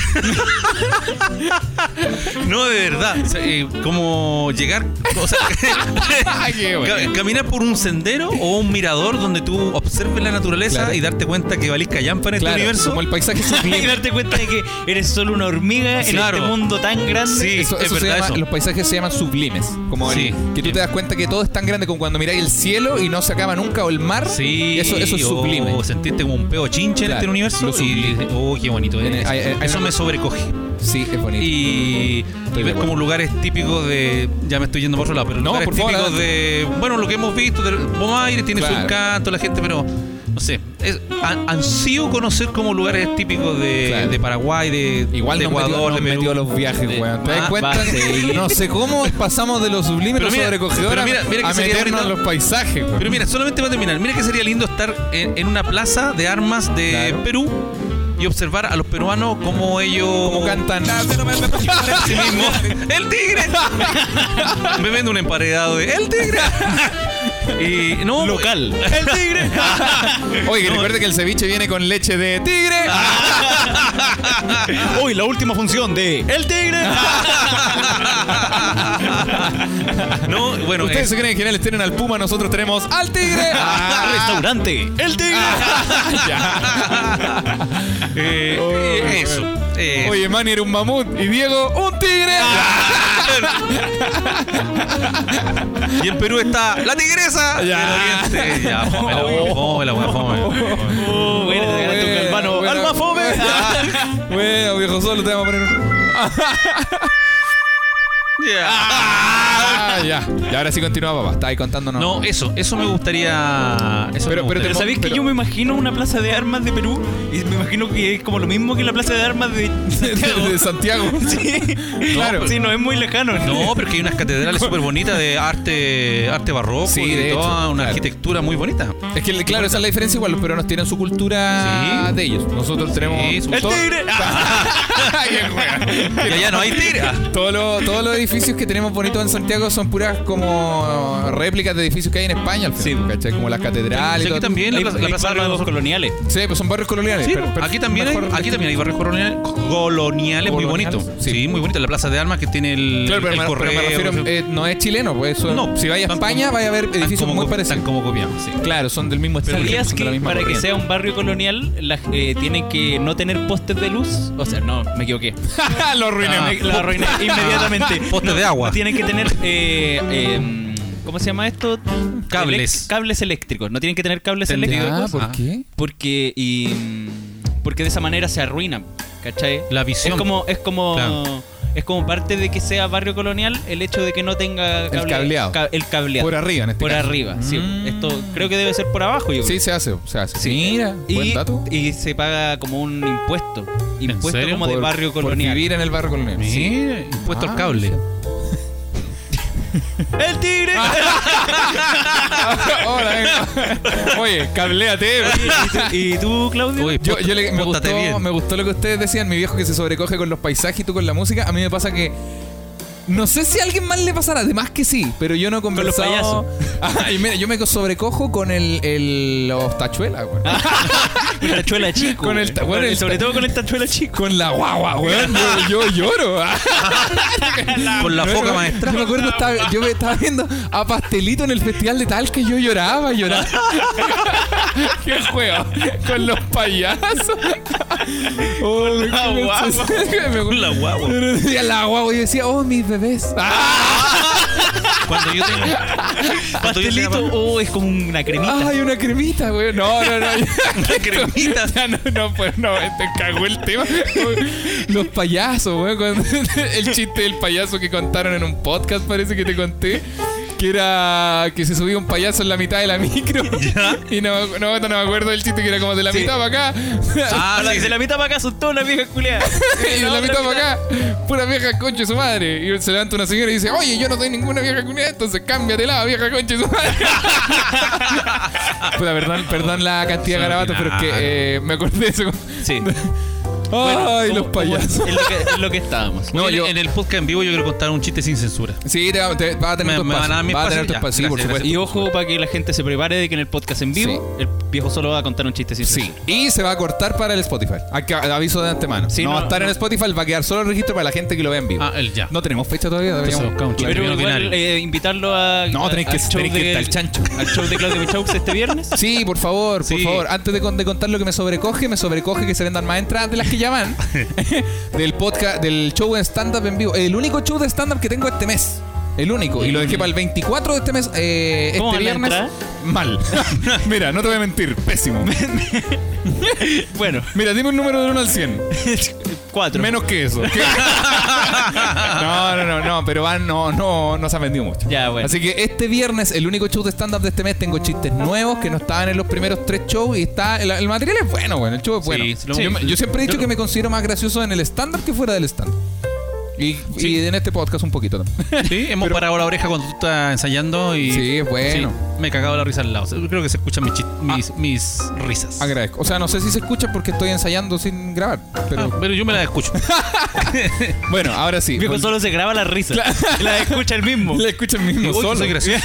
No, de verdad. o sea, eh, como llegar. o sea, Ay, qué bueno. ca- caminar por un sendero o un mirador donde tú observes la naturaleza Claro. y darte cuenta que valís callampa en este Claro, universo. como el paisaje Hay que sublime. darte cuenta de que eres solo una hormiga en Claro. este mundo tan grande. Sí. Eso- es eso se verdad llama- eso. Los paisajes se llaman sublimes. Como el- Sí. que tú te das cuenta que todo es tan grande como cuando miráis el cielo y no se acaba nunca o el mar. Sí, oh. eso, eso es o sublime. Sentiste como un peo chinche en Claro, este universo. lo Y, sublime. oh, qué bonito. eh. En el- hay- hay- hay Eso una- me sobrecoge. Sí, es bonito. Y, y Estoy de ves acuerdo. como lugares típicos de. Ya me estoy yendo por otro lado, pero No, lugares por favor, típicos de. Bueno, lo que hemos visto, de Bomaire tiene su Claro. encanto, la gente, pero. No sé, es, han, ansío conocer como lugares típicos de, Claro. de Paraguay, de, Igual de nos Ecuador, metió, nos de Perú. metió los viajes, de- weón. ¿Te das Ah, cuenta? va a seguir. No sé cómo pasamos de lo sublime y Pero lo mira, sobrecogedor pero a- mira- mira que a sería meternos en bonito. los paisajes, weón. Pero mira, solamente para terminar, mira que sería lindo estar en, en una plaza de armas de Claro. Perú y observar a los peruanos cómo ellos. Como cantan. Sí mismo. ¡El tigre! Me vende un emparedado de ¡El tigre! Y no. Local. ¡El tigre! Oye, que recuerde que el ceviche viene con leche de tigre. Ah, Ah, Hoy la última función de El Tigre. No, bueno, Ustedes eh, se creen que generales tienen al puma, nosotros tenemos al tigre. Ah, Restaurante El Tigre. eh, Oye, eh, eso. eh, Oye, Manny era un mamut y Diego un tigre. Ah, Y en Perú está la tigresa. Ya. del oriente. Ya, fome la wea, fome la wea, fome. Oh, bueno, te ganaste un bueno, eh, bueno. galvano. Ah, Alma Fome. Bueno, viejo solo te vamos a poner un. Ya. Ah, ya. Y ahora sí continúa, papá. Está ahí contándonos. No, eso, eso me gustaría. Eso Pero- me pero gustaría. Pero ¿sabéis que pero- yo me imagino una plaza de armas de Perú? Y me imagino que es como lo mismo que la plaza de armas de Santiago. De, de Santiago. Sí. Claro. Sí, no es muy lejano. No, pero que hay unas catedrales súper bonitas de arte, arte barroco Sí, y de hecho, toda una claro. arquitectura muy bonita. Es que, claro, esa es la diferencia. Igual los peruanos tienen su cultura Sí. de ellos. Nosotros tenemos. su- El todo- tigre. Ah, Ay, qué wea. Y allá no hay tira. Todos los todos los edificios que tenemos bonitos en Santiago son puras como réplicas de edificios que hay en España, al final, Sí. ¿cachai? Como las catedrales. y Sí, pues aquí todo. también la Hay- plaza- la hay plaza de la- barrios coloniales. Sí, pues son barrios coloniales. Sí, pero- pero aquí también hay, mejor aquí también hay barrios coloniales, coloniales muy Coloniales, bonitos. sí. Sí. muy bonita. La Plaza de Armas que tiene el, Claro, pero, el me, pero correo. me refiero, eh, no es chileno, pues eso- No, si vaya a tan España, como- vaya a ver Están edificios como muy co- parecidos. están como copiados, sí. Claro, son del mismo estilo. ¿Sabías son de la que misma para que corriente. sea un barrio colonial las- eh, tienen que no tener postes de luz? O sea, no, me equivoqué. lo arruiné. Me- la arruiné inmediatamente. Postes No, Ah, de agua. Tienen que tener. eh, eh, ¿Cómo se llama esto? Cables. Elec- cables eléctricos. No tienen que tener cables Entendido. Ah, eléctricos. ¿por Ah. qué? Porque, y, mm, porque de esa manera se arruinan. ¿Cachai? La visión. Es como. Es como Claro. Es como parte de que sea barrio colonial el hecho de que no tenga cable- cableado. ca- el cableado. Por arriba, en este Por caso. arriba, sí. Mm. Esto creo que debe ser por abajo, yo creo. Sí, se hace, se hace. Sí. Mira, y, buen dato. y se paga como un impuesto. Impuesto serio? como de Por- barrio por colonial. vivir en el barrio colonial. Mira, impuesto Ah, al cable. ¡El tigre! Ah, Hola, venga. Oye, cableate. ¿Y tú- y tú, Claudio? Uy, Yo, pósta- yo le- me, póstate gustó, bien. me gustó lo que ustedes decían, mi viejo que se sobrecoge con los paisajes y tú con la música. A mí me pasa que. No sé si a alguien más le pasará, además que sí, pero yo no he los conversado. Ah, y mira, yo me sobrecojo con el, el los tachuelas, güey. Con el tachuela chico. Con el güey. ta- bueno, el sobre ta- todo con el tachuela chico. Con la guagua, weón. Yo, yo lloro. Con la No, foca no, maestra. Yo me acuerdo, estaba- yo me estaba viendo a Pastelito en el festival de tal que yo lloraba, lloraba. ¡Qué juego! Con los payasos. Oh, qué la guagua. vergüenza. Me- Con la guagua. Yo decía, la guagua. Yo decía, oh, mis bebés. Ah, Cuando yo tengo. cuando yo tenga- Pastelito, oh, es como una cremita. ¡Ay, una cremita, güey! No, no, no. Una cremita. Ya no, no, pues no, te cagó el tema. Los payasos, güey. cuando- El chiste del payaso que contaron en un podcast, parece que te conté. Que era que se subía un payaso en la mitad de la micro. Y no, me acu- no, no me acuerdo del chiste que era como de la Sí. mitad para acá. Ah, A la- sí, de sí. la mitad para acá son todas las viejas culiadas. Y de la mitad para acá, pura vieja concha de su madre. Y se levanta una señora y dice, oye, yo no soy ninguna vieja cuñada, entonces cámbiatela, vieja concha de su madre. Puta, perdón, perdón la cantidad de garabatos, pero es que eh, me acordé de eso. Sí. Ay, los payasos. Es lo que, es lo que estábamos. No, en, yo- en el podcast en vivo yo quiero contar un chiste sin censura. Sí, te va, te va a tener Me- tu me van a espacio. dar mi va a tener espacio, tu ya, espacio, sí, por gracias, supuesto. gracias. Y ojo para que la gente se prepare de que en el podcast en vivo el viejo solo va a contar un chiste sin Sí, censura. y se va a cortar para el Spotify. Aquí, aviso de antemano. Sí, no, va a no, estar en no. Spotify, va a quedar solo el registro para la gente que lo vea en vivo. Ah, el ya. No tenemos fecha todavía, Entonces deberíamos buscamos un chiste Pero bien igual ordinario. eh, invitarlo a. No, tenéis que- al show tenéis que irte del- al chancho. Al show de Claudio Michaux este viernes. Sí, por favor, por Sí. favor. Antes de, con- de contar lo que me sobrecoge, me sobrecoge que se vendan más entradas de las que ya van. del podcast, del show de stand-up en vivo. El único show de stand-up que tengo este mes. El único. Y lo dejé para el 24 de este mes. eh, ¿Cómo este van las viernes. Mal. Mira, no te voy a mentir. Pésimo. Bueno, Mira, dime un número del 1 al 100. cuatro. Menos que eso. ¿Qué? no, no, no, no, pero van, no, no, no se ha vendido mucho. Ya, bueno. Así que este viernes, el único show de stand-up de este mes, tengo chistes nuevos que no estaban en los primeros tres shows y está. El, el material es bueno, bueno, el show es bueno. sí, lo- yo, me- yo siempre he dicho yo- que me considero más gracioso en el stand-up que fuera del stand-up. Y, y en este podcast un poquito también. Sí, hemos parado la oreja cuando tú estás ensayando y. Sí, es bueno. Sí, me he cagado la risa al lado. O sea, Creo que se escuchan mis, Ah. chis- mis, mis risas. Ah, Agradezco. O sea, no sé si se escucha porque estoy ensayando sin grabar. Pero Ah, pero yo me la escucho. Ah. bueno, ahora sí. El viejo Vol- solo se graba la risa. Y la escucha el mismo. La escuchan mismo Oye, solo. soy gracioso.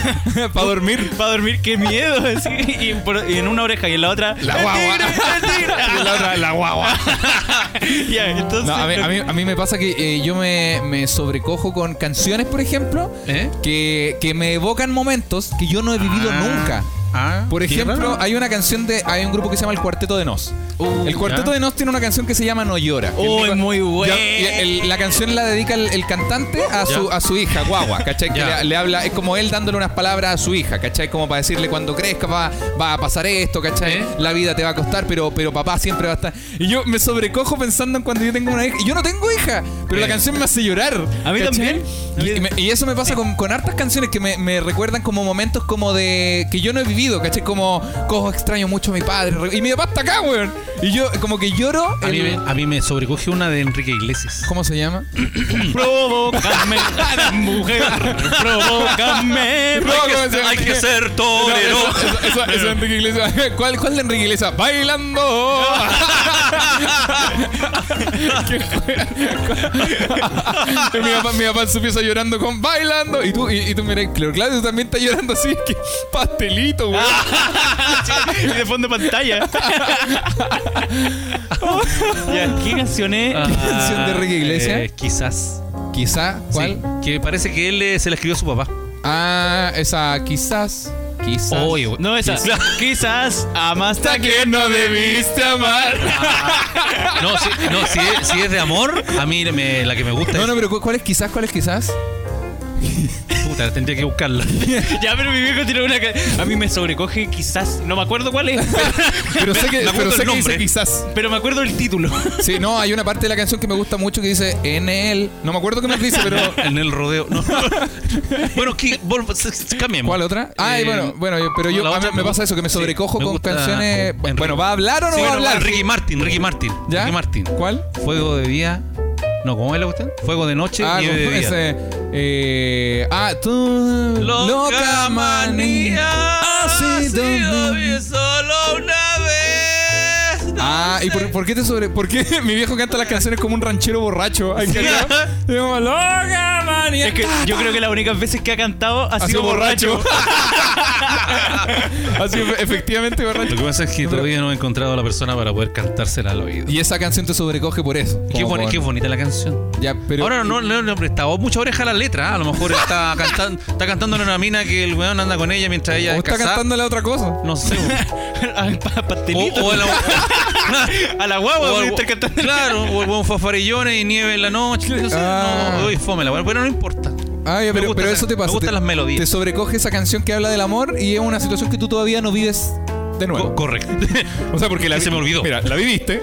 Para dormir. Para dormir, qué miedo. así. Y, por- y en una oreja y en la otra. La guagua. Y la otra, la guagua. Ya, entonces. No, a, mí, a mí- a mí me pasa que eh, yo me, me sobrecojo con canciones, por ejemplo, ¿Eh? que, que me evocan momentos que yo no he vivido Ah, nunca. ah, por qué ejemplo, raro. Uh, hay una canción de. Hay un grupo que se llama El Cuarteto de Nos. el Cuarteto ya. de Nos tiene una canción que se llama No Llora. Oh, El- es muy buena. Ya, y el- la canción la dedica el, el cantante a su, Ya. a su hija, guagua, ¿cachai? Que Ya. le, le habla, es como él dándole unas palabras a su hija, ¿cachai? Como para decirle cuando crezca va, va a pasar esto, ¿cachai? ¿Eh? La vida te va a costar, pero, pero papá siempre va a estar. Y yo me sobrecojo pensando en cuando yo tengo una hija. Y yo no tengo hija, pero la Eh. canción me hace llorar. A mí también. Y, y me- y eso me pasa con, con hartas canciones que me, me recuerdan como momentos como de. que yo no he vivido vivido, ¿cachai? Como, cojo extraño mucho a mi padre. re- Y mi papá está acá, weón. Y yo como que lloro. A mí, el- me, a mí me sobrecoge una de Enrique Iglesias. ¿Cómo se llama? Provócame, mujer, provócame. Hay que ser No, torero. eso, eso- eso- eso de Enrique Iglesias. ¿Cuál, ¿Cuál de Enrique Iglesias? ¡Bailando! ¿Qué fue? mi, papá, mi papá en su pieza llorando con bailando. Y tú, y, y tú miras, pero Claudio también está llorando así. que pastelito, güey. Ah. Y de fondo pantalla. ya, ¿qué canción es? Ah, canción de Enrique Iglesias? eh, quizás. Quizá, ¿cuál? Sí, que parece que él eh, se la escribió a su papá. Ah, esa quizás. Quizás. Oye, güey. No, esa. Quizás. Quizás amaste Hasta a que no debiste amar. No, si, no, si es, si es de amor, a mí me- la que me gusta No, es. no, pero ¿cu- ¿cuál es quizás? ¿Cuál es quizás? Puta, tendría que buscarla. Ya, pero mi viejo tiene una. ca- A mí me sobrecoge, quizás. No me acuerdo cuál es, Pero sé que, me acuerdo pero sé el que dice nombre. quizás. pero me acuerdo el título. Sí, no, hay una parte de la canción que me gusta mucho que dice en él. No me acuerdo qué más dice, pero. en el rodeo. No. bueno, que, vol- s- s- cambiemos. ¿Cuál otra? Ah, Eh, bueno, bueno, yo- pero yo la a mí otra me pasa eso, que me sí, sobrecojo me con gusta- canciones. con- bueno, Enrique- ¿va a hablar o no Sí, va a bueno, hablar? Ricky Martin, Ricky Martin. ¿Ya? Ricky Martin. ¿Cuál? Fuego de día. No, ¿cómo es la cuestión? Fuego de noche, ah, nieve con de día. ese. eh, ah, tú. Loca manía. Ah, Así donde. solo una vez. Ah, ¿y por, por qué te sobre.? ¿Por qué mi viejo canta las canciones como un ranchero borracho? Ay, que- Digo, loca manía. Es que yo creo que las únicas veces que ha cantado ha, Ha sido sido borracho. Ha sido efectivamente Lo borracho. que pasa es que No, pero- todavía no he encontrado a la persona para poder cantársela al oído. Y esa canción te sobrecoge por eso. Qué, Como boni- por- qué bonita la canción. Ya, pero. Ahora no, no le he prestado mucha oreja a la letra. ¿ah? A lo mejor está, cantando está cantando en una mina que el weón anda con ella mientras ella o es está casada. cantando la otra cosa. No sé. Al pa- O, pastelito. o a la- a la Ah, o guagua, al- mientras cantando. claro, o el weón fue a farellones y nieve en la noche. No sé, Ah. no, uy, fome la weá, pero no importa. Ah, ya, Me pero, gusta pero esa- eso te me pasa. gustan te- las melodías. Te sobrecoge esa canción que habla del amor y es una situación que tú todavía no vives de Co- nuevo. correcto. o sea, porque se me olvidó. la viviste.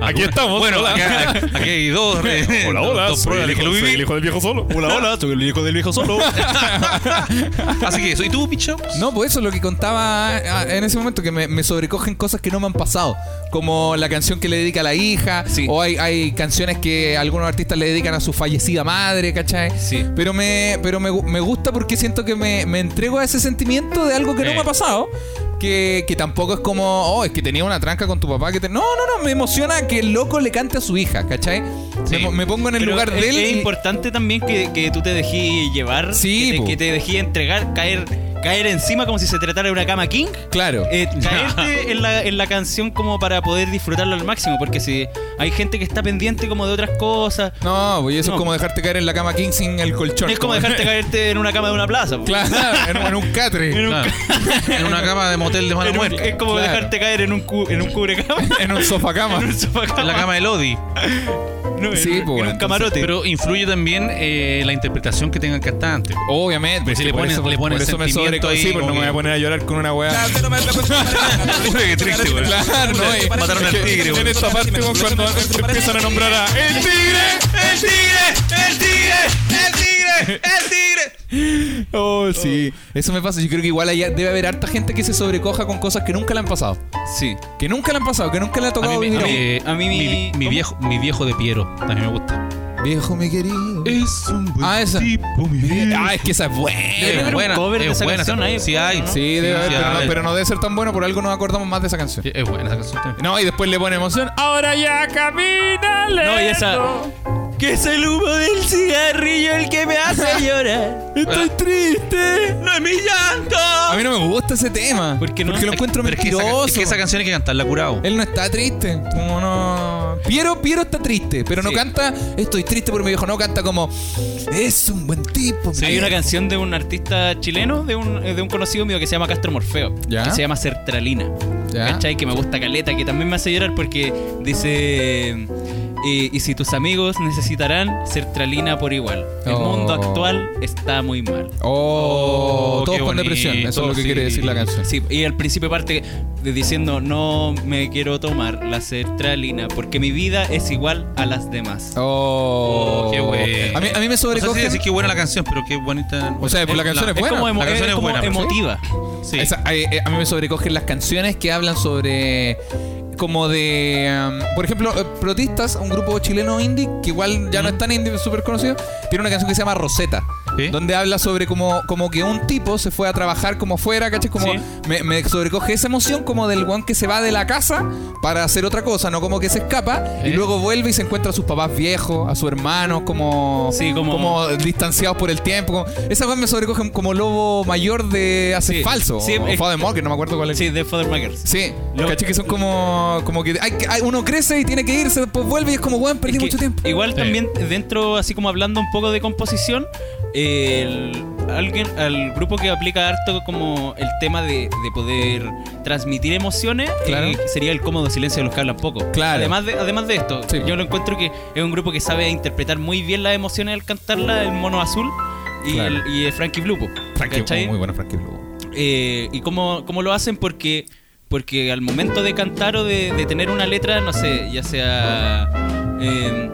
Aquí estamos. Bueno, aquí, aquí hay dos. eh, dos- dos pruebas de que lo viví. del viejo solo. Hola, hola, soy el hijo del viejo solo. Así que eso. ¿Y tú, Micho? No, pues eso es lo que contaba ah, en ese momento, que me, me sobrecogen cosas que no me han pasado. Como la canción que le dedica a la hija, Sí. o hay, hay canciones que algunos artistas le dedican a su fallecida madre, ¿cachai? Sí. Pero me, pero me, gu- me gusta porque siento que me, me entrego a ese sentimiento de algo que no Eh. me ha pasado. Que, que tampoco es como, oh, es que tenía una tranca con tu papá. que te... No, no, no, me emociona que el loco le cante a su hija, ¿cachai? Sí. Me, me pongo en el Pero lugar es, de él. es y- importante también que, que tú te dejes llevar, Sí, que, po. te, que te dejes entregar, caer, caer encima como si se tratara de una cama king. Claro. Eh, caerte en la, en la canción como para poder disfrutarla al máximo, porque si hay gente que está pendiente como de otras cosas, no, pues eso no. es como dejarte caer en la cama King sin el colchón. es como dejarte caerte en una cama de una plaza. po. Claro, en, un- en un catre. Claro. Ah, En una cama de motel de mala En un- muerte. es como Claro. dejarte caer en un, cu- en un cubrecama, En un sofá en cama. un sofacama, En la cama de Lodi. no, en Sí, un- po, en un entonces, camarote. Pero influye también eh, la interpretación que tenga el cantante. Obviamente, porque si le por ponen- eso, le ponen por eso me sentimiento sobrecocí, ahí, porque no como me voy que- a poner a llorar con una weá. Qué triste, güey. Claro, no, eh. es- Mataron al es que tigre, güey. En esta parte, güey, cuando empiezan a nombrar a el tigre. ¡El tigre! ¡El tigre! ¡El tigre! ¡El tigre! Oh, sí. Eso me pasa. Yo creo que igual allá debe haber harta gente que se sobrecoja con cosas que nunca le han pasado. Sí. Que nunca le han pasado, que nunca le ha A tocado mí, me- vivir. a mí- aún. eh, A mí mi- mi, mi ¿cómo? viejo, mi viejo de Piero también me gusta. Viejo, mi querido. Es un buen Ah, esa. tipo, mi Ah, es que esa es Debe buena. haber un cover de esa canción ahí, Sí hay. ¿no? Sí, debe haber, sí pero no, hay. pero no debe ser tan bueno. Por algo nos acordamos más de esa canción. Sí, Es buena esa canción también. No, y después le pone emoción. Ahora ya camina lento. No, y esa. Que es el humo del cigarrillo el que me hace llorar. Estoy triste. ¡No es mi llanto! A mí no me gusta ese tema. Porque no- porque lo encuentro Pero es que, esa, mentiroso. es que esa canción hay que cantarla curado. Él no está triste. Como no. Piero, Piero está triste, pero no Sí. canta. Estoy triste por mi viejo. No canta como. Es un buen tipo. Hay viejo". una canción de un artista chileno, de un, eh, de un conocido mío que se llama Castro Morfeo, Ya. que se llama Sertralina. Ya. ¿Cachai? Que me gusta caleta, que también me hace llorar porque dice. eh, y si tus amigos necesitarán sertralina por igual. El Oh. mundo actual está muy mal. Oh, Oh, todos qué con depresión. Eso es lo bonito, que quiere sí. decir la canción. Sí, y al principio parte de diciendo no me quiero tomar la sertralina porque mi vida es igual a las demás. Oh, Oh, qué bueno. A mí, a mí me No sé si sobrecoge. decir que buena la canción, pero qué bonita. O sea, pues la canción es buena. Como emo- La canción es es como buena, pero- emotiva. Sí. Esa- a, eh, a mí me sobrecogen las canciones que hablan sobre. Como de. um, por ejemplo, eh, Protistas, un grupo chileno indie, que igual ya no es tan indie, es súper conocido, tiene una canción que se llama Rosetta. Sí. Donde habla sobre como, como que un tipo se fue a trabajar como fuera, ¿cachai? Como Sí. me, me sobrecoge esa emoción como del guan que se va de la casa para hacer otra cosa, no como que se escapa y ¿Eh? luego vuelve y se encuentra a sus papás viejos, a su hermano, como, Sí, como- distanciados por el tiempo. como- Esa guan me sobrecoge como lobo mayor de hace Sí. falso. Sí, o es- Father Morgan, no me acuerdo cuál es. Sí, de Father Makers. Sí, Lo- ¿cachai? Que son como, como que hay, que- hay- uno crece y tiene que irse, después vuelve y es como, weón, perdí Es que mucho tiempo. Igual Sí. también dentro, así como hablando un poco de composición, el, alguien, al grupo que aplica harto como el tema de, de poder transmitir emociones, Claro. eh, sería el cómodo silencio de los que hablan poco. Claro. Además de, además de esto, Sí. yo lo encuentro que es un grupo que sabe interpretar muy bien las emociones al cantarla, el mono azul y, Claro. el, y el Frankie Blue. po, Frankie, ¿cachai? muy bueno Frankie Blue. Eh, y cómo, cómo lo hacen porque porque al momento de cantar o de, de tener una letra no sé ya sea eh,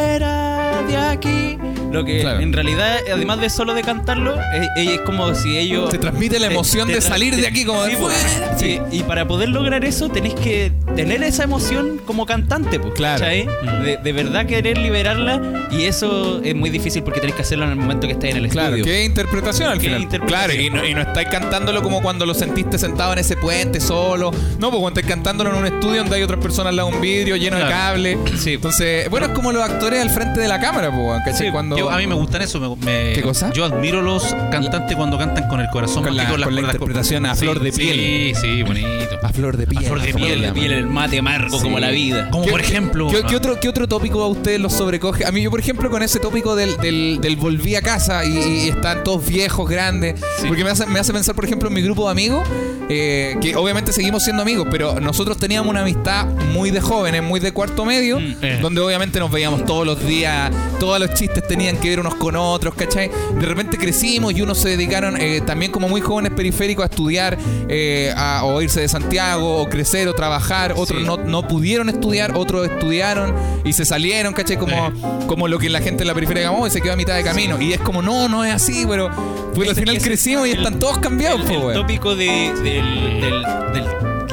fuera de aquí lo que Claro. en realidad además de solo de cantarlo eh, eh, es, como si ellos Te transmite la te- emoción te de tra- salir te- de aquí como de sí, po. fuera. Sí. Y, y para poder lograr eso tenés que tener esa emoción como cantante pues Claro. Mm. de, de verdad querer liberarla y eso es muy difícil porque tenés que hacerlo en el momento que estás en el Claro, estudio qué interpretación al Qué final. interpretación. Claro, y no, y no estáis cantándolo como cuando lo sentiste sentado en ese puente solo. No, pues cuando estáis cantándolo en un estudio donde hay otras personas al lado de un vidrio lleno de Claro. cable. Sí. Entonces, bueno, es como los actores al frente de la cámara, pues, weón, ¿cachai? Sí, cuando... yo- a mí me gustan eso. me- me- ¿Qué cosa? Yo admiro los cantantes cuando cantan con el corazón. Con más que la- con la cuerdas interpretación a Sí, flor de sí, piel. Ah, Sí, bonito. A flor de piel. flor de como piel, lo de llaman. piel, el mate amargo como la vida Como ¿Qué- por ejemplo. ah. ¿qué, qué otro, ¿Qué otro tópico a ustedes los sobrecoge? A mí, yo, por ejemplo, con ese tópico del, del, del volví a casa y, y están todos viejos, grandes. Porque me hace, me hace pensar, por ejemplo, en mi grupo de amigos, eh, que obviamente seguimos siendo amigos, pero nosotros teníamos una amistad muy de jóvenes, muy de cuarto medio, Mm, eh. donde obviamente nos veíamos todos los días, todos los chistes tenían que ver unos con otros, ¿cachai? De repente crecimos y unos se dedicaron eh, también como muy jóvenes periféricos a estudiar eh, a- o irse de Santiago, o crecer, o trabajar, otros Sí. no, no pudieron estudiar, otros estudiaron y se salieron, ¿cachai? Como, Eh. como lo que la gente en la periferia llamó y se quedó a mitad de camino. Y es como, no, no es así, pero pues, al Ese- final ese- crecimos y Este el- están todos cambiados, el, po, el weón. tópico de del- del- del-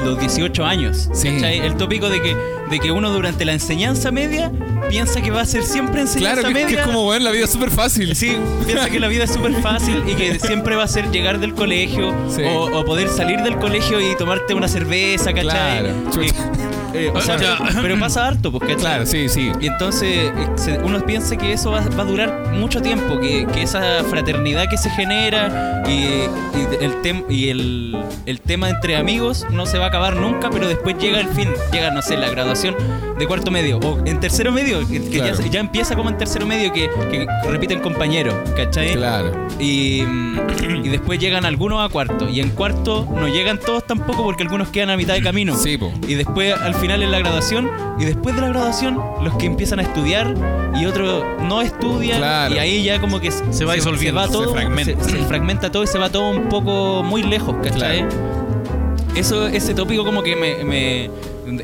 los 18 años. Sí. ¿cachai? El tópico de que, de que uno durante la enseñanza media piensa que va a ser siempre enseñanza Claro, que, media. que es como, bueno, la vida es súper fácil. Sí, piensa que la vida es súper fácil y que siempre va a ser llegar del colegio Sí. o, o poder salir del colegio y tomarte una cerveza, ¿cachai? Claro. Chucha. Eh, eh, o sea, Ya. pero pasa harto, pues, ¿cachai? Claro, sí, sí. Y entonces eh, se- uno piensa que eso va, va a durar mucho tiempo, que, que esa fraternidad que se genera y, y el, tem- y el, el tema entre amigos no se va a acabar nunca, pero después llega el fin, llega, no sé, la graduación de cuarto medio o en tercero medio, que, que ya Claro. se- ya, empieza como en tercero medio, que, que repiten compañero, ¿cachai? Claro. Y, mm, y después llegan algunos a cuarto, y en cuarto no llegan todos tampoco porque algunos quedan a mitad de camino. Sí, po. Y después al final en la graduación, y después de la graduación, los que empiezan a estudiar y otros no estudian, Claro. y ahí ya como que se, va disolviendo, va se todo, fragmenta. se- se fragmenta todo y se va todo un poco muy lejos, ¿cachai? Eso, ese tópico como que me, me-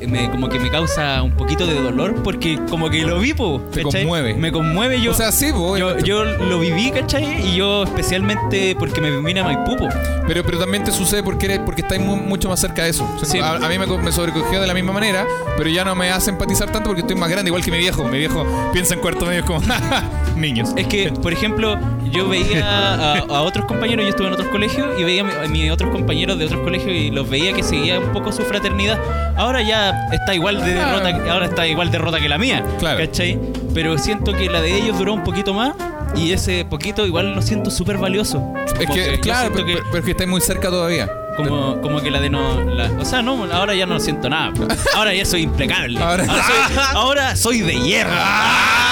me- como que me causa un poquito de dolor porque como que lo vi, po, Te ¿cachai? conmueve. Me conmueve yo. o sea, sí, po, yo, obviamente. yo lo viví, ¿cachai? Y yo especialmente porque me vine a Maipú. po. Pero, pero también te sucede porque eres, porque estáis mu- mucho más cerca de eso. O sea, Sí. a, a mí me, co- me sobrecogió de la misma manera, pero ya no me hace empatizar tanto porque estoy más grande, igual que mi viejo. Mi viejo piensa en cuarto medio es como "Ja, ja, niños. Es que, por ejemplo, yo veía a, a otros compañeros, yo estuve en otros colegios y veía a mi- a mis otros compañeros de otros colegios y los veía que seguía un poco su fraternidad. Ahora ya está igual de Claro. derrota, ahora está igual de rota que la mía, Claro. ¿cachai? Pero siento que la de ellos duró un poquito más y ese poquito igual lo siento súper valioso. Es Como que, yo claro, siento pero, que- pero es que estáis muy cerca todavía. Como, como que la de no. la- o sea, no, ahora ya no siento nada. pues. Ahora ya soy impecable. Ahora- Ahora, soy, ahora soy de hierro.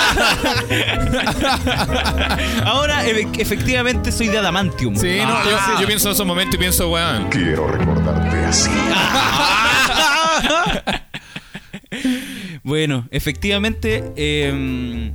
ahora e- efectivamente soy de adamantium. Sí, no, yo, Ah. yo pienso en esos momentos y pienso, weón. Quiero recordarte así. Bueno, efectivamente, eh,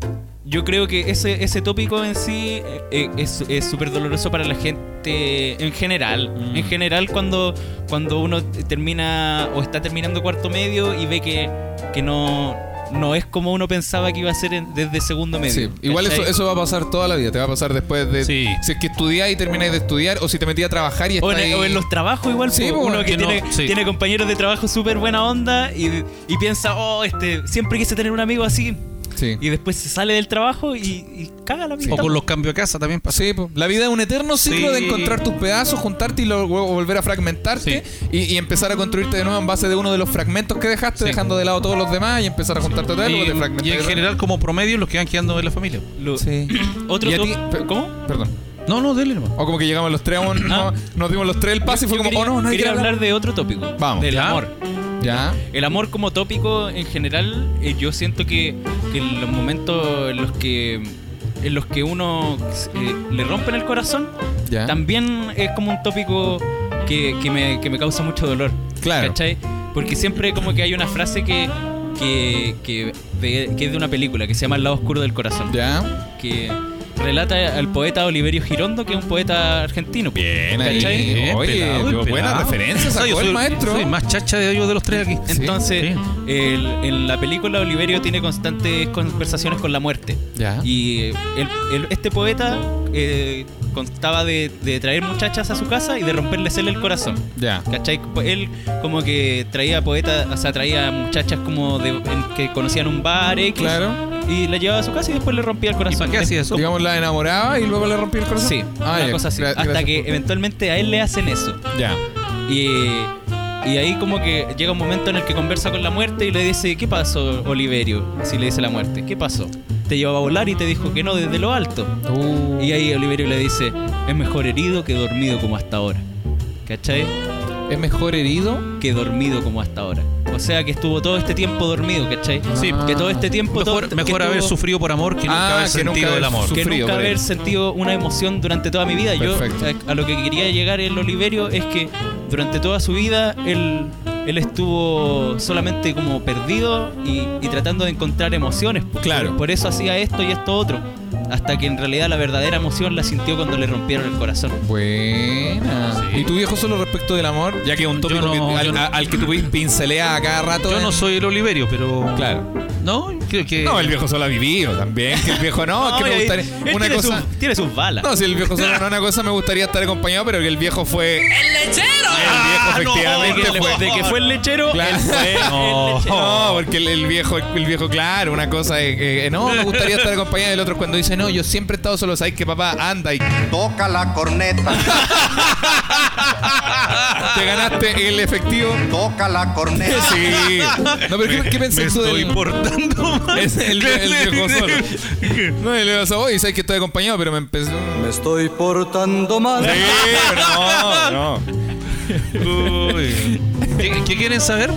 yo creo que ese, ese tópico en sí eh, es es súper doloroso para la gente en general. Mm. En general, cuando, cuando uno termina o está terminando cuarto medio y ve que, que no, no es como uno pensaba que iba a ser en- desde segundo medio. Sí, igual eso, ¿cachai? eso va a pasar toda la vida. Te va a pasar después de. Sí. Si es que estudiáis y termináis de estudiar, o si te metí a trabajar y O en, estáis- o en los trabajos igual, Sí, pues, po, po, uno que, que no- tiene, sí. tiene compañeros de trabajo súper buena onda y, y piensa, oh, este, siempre quise tener un amigo así. Sí. Y después se sale del trabajo y, y caga la O amistad. con los cambios a casa también pasa. Sí, po. la vida es un eterno ciclo Sí. de encontrar tus pedazos, juntarte y luego volver a fragmentarte y, y empezar a construirte de nuevo en base de uno de los fragmentos que dejaste, Sí. dejando de lado todos los demás y empezar a juntarte de algo, Y, te fragmentas y de en nuevo. general, como promedio, los que van quedando en la familia. Lo- Sí. Otro ¿Y a top- ti? Pe- ¿Cómo? Perdón. No, no, dele nomás. O como que llegamos los tres, a un- no, Ah. nos dimos los tres el pase y fue Yo como, quería, oh no, nadie quería quiere hablar de otro tópico. Vamos. Del Ya. amor. Ya. El amor como tópico en general, eh, yo siento que, que en los momentos en los que en los que uno eh, le rompen el corazón, Ya. también es como un tópico que, que me, que me causa mucho dolor. Claro. ¿Cachai? Porque siempre como que hay una frase que, que, que, de- que es de una película que se llama El lado oscuro del corazón. Ya. que relata al poeta Oliverio Girondo, que es un poeta argentino. Bien ahí. ¿Cachai? Oye, buenas buena referencia sacó soy, el maestro. Soy más chacha de ellos de los tres aquí. Entonces, Sí. el- en la película Oliverio tiene constantes conversaciones con la muerte. Ya. Y eh, el- el- este poeta eh, constaba de, de traer muchachas a su casa y de romperles él el corazón. Ya. ¿Cachai? Pues Él como que traía poetas, o sea, traía muchachas como de, en- que conocían un bar X, Claro. y la llevaba a su casa y después le rompía el corazón. ¿Y para qué hacía eso? Digamos, la enamoraba y luego le rompí el corazón. Sí, Ah, una ya. cosa así. Gra- hasta gracias que por- eventualmente a él le hacen eso. Ya. Y, y ahí como que llega un momento en el que conversa con la muerte y le dice, ¿qué pasó, Oliverio? Así le dice la muerte, ¿qué pasó? Te llevaba a volar y te dijo que no desde lo alto. Uh. Y ahí Oliverio le dice, es mejor herido que dormido como hasta ahora. ¿Cachai? Uh, ¿Es mejor herido? Que dormido como hasta ahora. O sea que estuvo todo este tiempo dormido, ¿cachai? Sí. Que todo este tiempo... Mejor, todo- mejor que haber estuvo- sufrido por amor que Ah, nunca haber que nunca sentido haber el amor. sufrido. que nunca por haber él. sentido una emoción durante toda mi vida. Perfecto. Yo eh, a, a lo que quería llegar el Oliverio es que durante toda su vida él, él estuvo solamente como perdido y, y tratando de encontrar emociones. Claro. Por eso hacía esto y esto otro. Hasta que en realidad la verdadera emoción la sintió cuando le rompieron el corazón. Buena. Sí. ¿Y tu viejo solo respecto del amor? Ya que es un tópico Yo no, que- yo al, no. a- al que tú pinceleas a cada rato. Yo no en- soy el Oliverio, pero. Claro. No, creo que. No, el viejo solo ha vivido también. Que el viejo no, es que me Ay, este él gustaría. Una tiene, cosa. sus- tiene sus balas. No, si el viejo solo no una cosa, me gustaría estar acompañado, pero que el viejo fue. ¡El lechero! El viejo, de, efectivamente, que, fue. de que fue el lechero, Claro. él fue el No. lechero. No, porque el, el viejo, el viejo, claro, una cosa es que eh, no, me gustaría estar acompañado del otro cuando dice, no, yo siempre he estado solo, sabes que papá anda y te Toca la corneta, ganaste el efectivo. toca la corneta. Sí. No, pero ¿qué, qué me pensás tú estoy del- importando más. Es el, el viejo solo. No, y le vas a vos y sabes que estoy acompañado, pero me empezó. Me estoy portando mal. Sí, pero no, no. Uy. ¿Qué, qué quieren saber?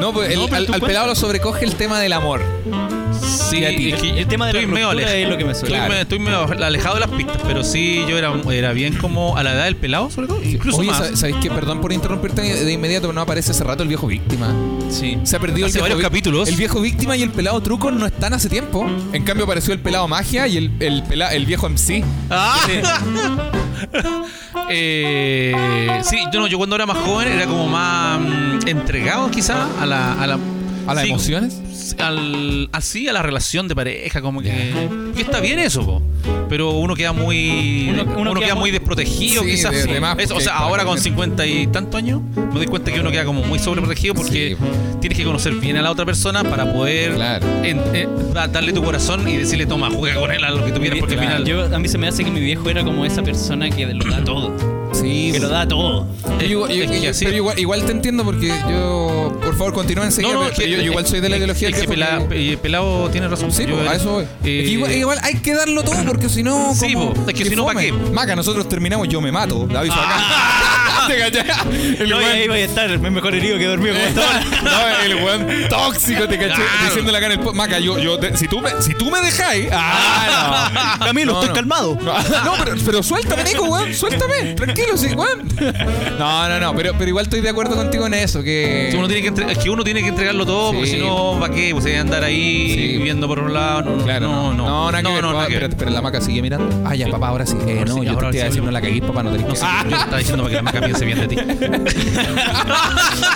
No, pues el- No, pero al, tú al cuenta. pelado lo sobrecoge el tema del amor. Sí, a ti. es que El tema de la estoy medio ruptura alejado. es lo que me suena. Estoy, Claro. me- estoy medio alejado de las pistas, pero sí, yo era, era bien como a la edad del pelado, sobre todo. Incluso Oye, más. sa- ¿sabéis qué? Perdón por interrumpirte de inmediato, pero no aparece hace rato el viejo víctima. Sí. Se ha perdido Hace el viejo varios vi- capítulos. El viejo víctima y el pelado truco no están hace tiempo. En cambio apareció el pelado magia y el, el, pela- el viejo MC. Ah. Eh, sí, yo, no, yo cuando era más joven era como más mm, entregado quizá a la... A, la, ¿A las sí, emociones? Al, así, a la relación de pareja, como que... que está bien eso, po, pero uno queda muy... Uno- Uno, uno queda, queda muy muy- desprotegido Sí, quizás. de- sí. de más, Es- o porque sea, está ahora con bien. cincuenta y tantos años me doy cuenta que uno queda como muy sobreprotegido porque Sí, tienes que conocer bien a la otra persona para poder Claro. en- eh, da- darle tu corazón y decirle, toma, juega con él a lo que tú quieras porque al final... Yo- a mí se me hace que mi viejo era como esa persona que lo da todo. Sí. Que lo da todo. Yo igual, yo- Eh, Es que yo- así- pero igual, igual te entiendo porque yo... Por favor, continúa enseguida. pero- es pero yo, yo igual soy de la es- ideología es del que viejo Pela- que- eh, Pelado tiene razón. Sí, Yo po, a era- eso voy. eh, Es que igual, igual hay que darlo todo porque si no. Sí, como- po, es que si no, fome. ¿pa' qué? Maca, nosotros terminamos, yo me mato. La aviso acá. Ah. ¿Te cachai? El No, y weón- ahí voy a estar, me mejor herido que dormido como estaba. No, el weón tóxico, te caché. Claro. Diciéndole acá en el po- Maca, yo, yo te- si tú me, si tú me dejáis. Ah, no. Camilo, No, estoy no. calmado. No, pero, pero suéltame, Nico, weón. Suéltame. Tranquilo, sí, weón. No, no, no. Pero, pero igual estoy de acuerdo contigo en eso. Que. Si uno tiene que entre- es que uno tiene que entregarlo todo, porque Sí. si no, ¿para qué? Pues hay que andar ahí Sí. viviendo por un lado. No, Claro, no, no. No, nada que ver. no, nada que pero, ver. pero la maca sigue mirando. Ah, ya, papá, ahora sí. Eh, Ahora no, sí, yo ahora te iba a sí. decir, no la caguéis, papá, no tenés No que sé, Ah, yo estaba diciendo para que la maca piense bien de ti.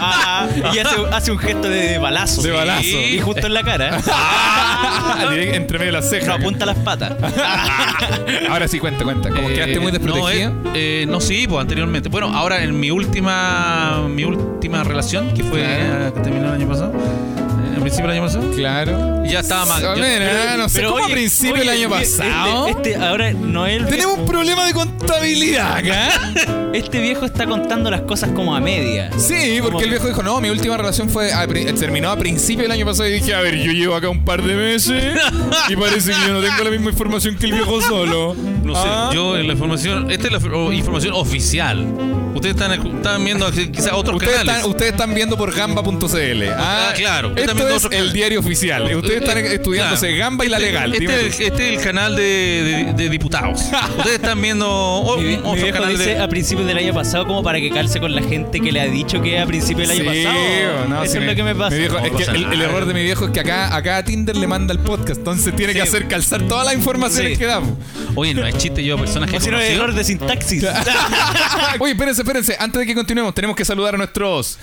Ah, y hace, hace un gesto de balazo. De balazo. Y justo en la cara. Ah. direct- entre medio de las No cejas. apunta las patas. Ahora sí, cuenta, cuenta. Como Eh, quedaste muy desprotegido. No, eh, eh, no, sí, pues anteriormente. Bueno, ahora en mi última mi última relación, que fue Claro. eh, que terminó el año pasado, eh, al principio del año pasado, Claro. ya estaba más. Ah, mira, no sé Pero cómo a oye, principio del oye, año oye, pasado. Este, este ahora no es el viejo- Tenemos un problema de contabilidad acá. Este viejo está contando las cosas como a media. Sí, porque el viejo dijo, no, mi última relación fue a pri- terminó a principio del año pasado y dije, a ver, yo llevo acá un par de meses y parece que yo no tengo la misma información que el viejo solo. No sé, Ah. yo en la información, esta es la o- información oficial. Ustedes están, escu- están viendo quizás otros Ustedes canales. están, ustedes están viendo por gamba.cl. Ah, Ah, claro. Yo también Esto veo es otros el canales. diario oficial. Ustedes están Eh, estudiándose claro. gamba y la legal. Este, Dime tú. es- este es el canal de, de- de diputados. Ustedes están viendo oh, o- oh, Mi, vie- mi otro viejo canal dice de. a principios del año pasado como para que calce con la gente que le ha dicho que a principios del año Sí, pasado. no, Eso sí, es mi- lo que me pasa. mi viejo- No es que pasa el, nada. el error de mi viejo es que acá, acá a Tinder le manda el podcast, entonces tiene que Sí. hacer calzar todas las informaciones Sí. que damos. Oye, no es chiste yo, personas que. o si ah, no, es error de sintaxis. Oye, espérense, espérense. Antes de que continuemos, tenemos que saludar a nuestros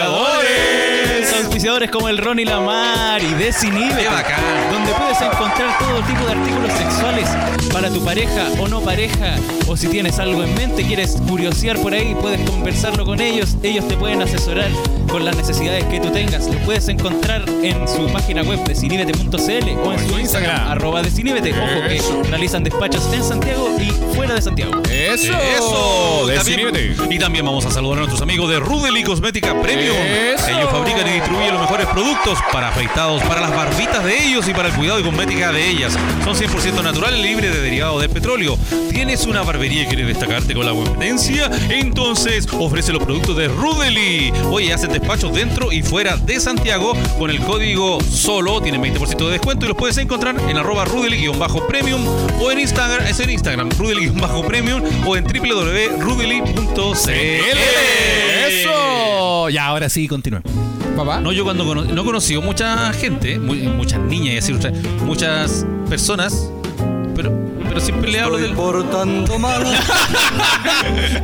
auspiciadores. Auspiciadores como el Ron y la Mar y Desinhibe. Qué bacán. Donde puedes encontrar todo tipo de artículos sexuales para tu pareja o no pareja. O si tienes algo en mente, quieres curiosear por ahí, puedes conversarlo con ellos. Ellos te pueden asesorar con las necesidades que tú tengas. Los puedes encontrar en su página web desinhibete.cl o en su Instagram, arroba desinhibete. Ojo que realizan despachos en Santiago y fuera de Santiago. Eso. Eso, De También- Cinete. y también vamos a saludar a nuestros amigos de Rudely Cosmética Premium. Eso. Ellos fabrican y distribuyen los mejores productos para afeitados, para las barbitas de ellos y para el cuidado y cosmética de ellas. Son 100% naturales, libres de derivados de petróleo. ¿Tienes una barbería y quieres destacarte con la competencia? Entonces, ofrece los productos de Rudely. Oye, hacen despachos dentro y fuera de Santiago con el código SOLO. Tienen 20% de descuento y los puedes encontrar en arroba Rudely-premium o en Instagram, es en Instagram, Rudely-premium o en www.rudely.cl. Eso. Ya, ahora sí, continúa. Papá. No, yo cuando cono- no he conocido mucha gente, mu- muchas niñas y así, muchas- muchas personas, pero, pero siempre le hablo Estoy del, portando mal.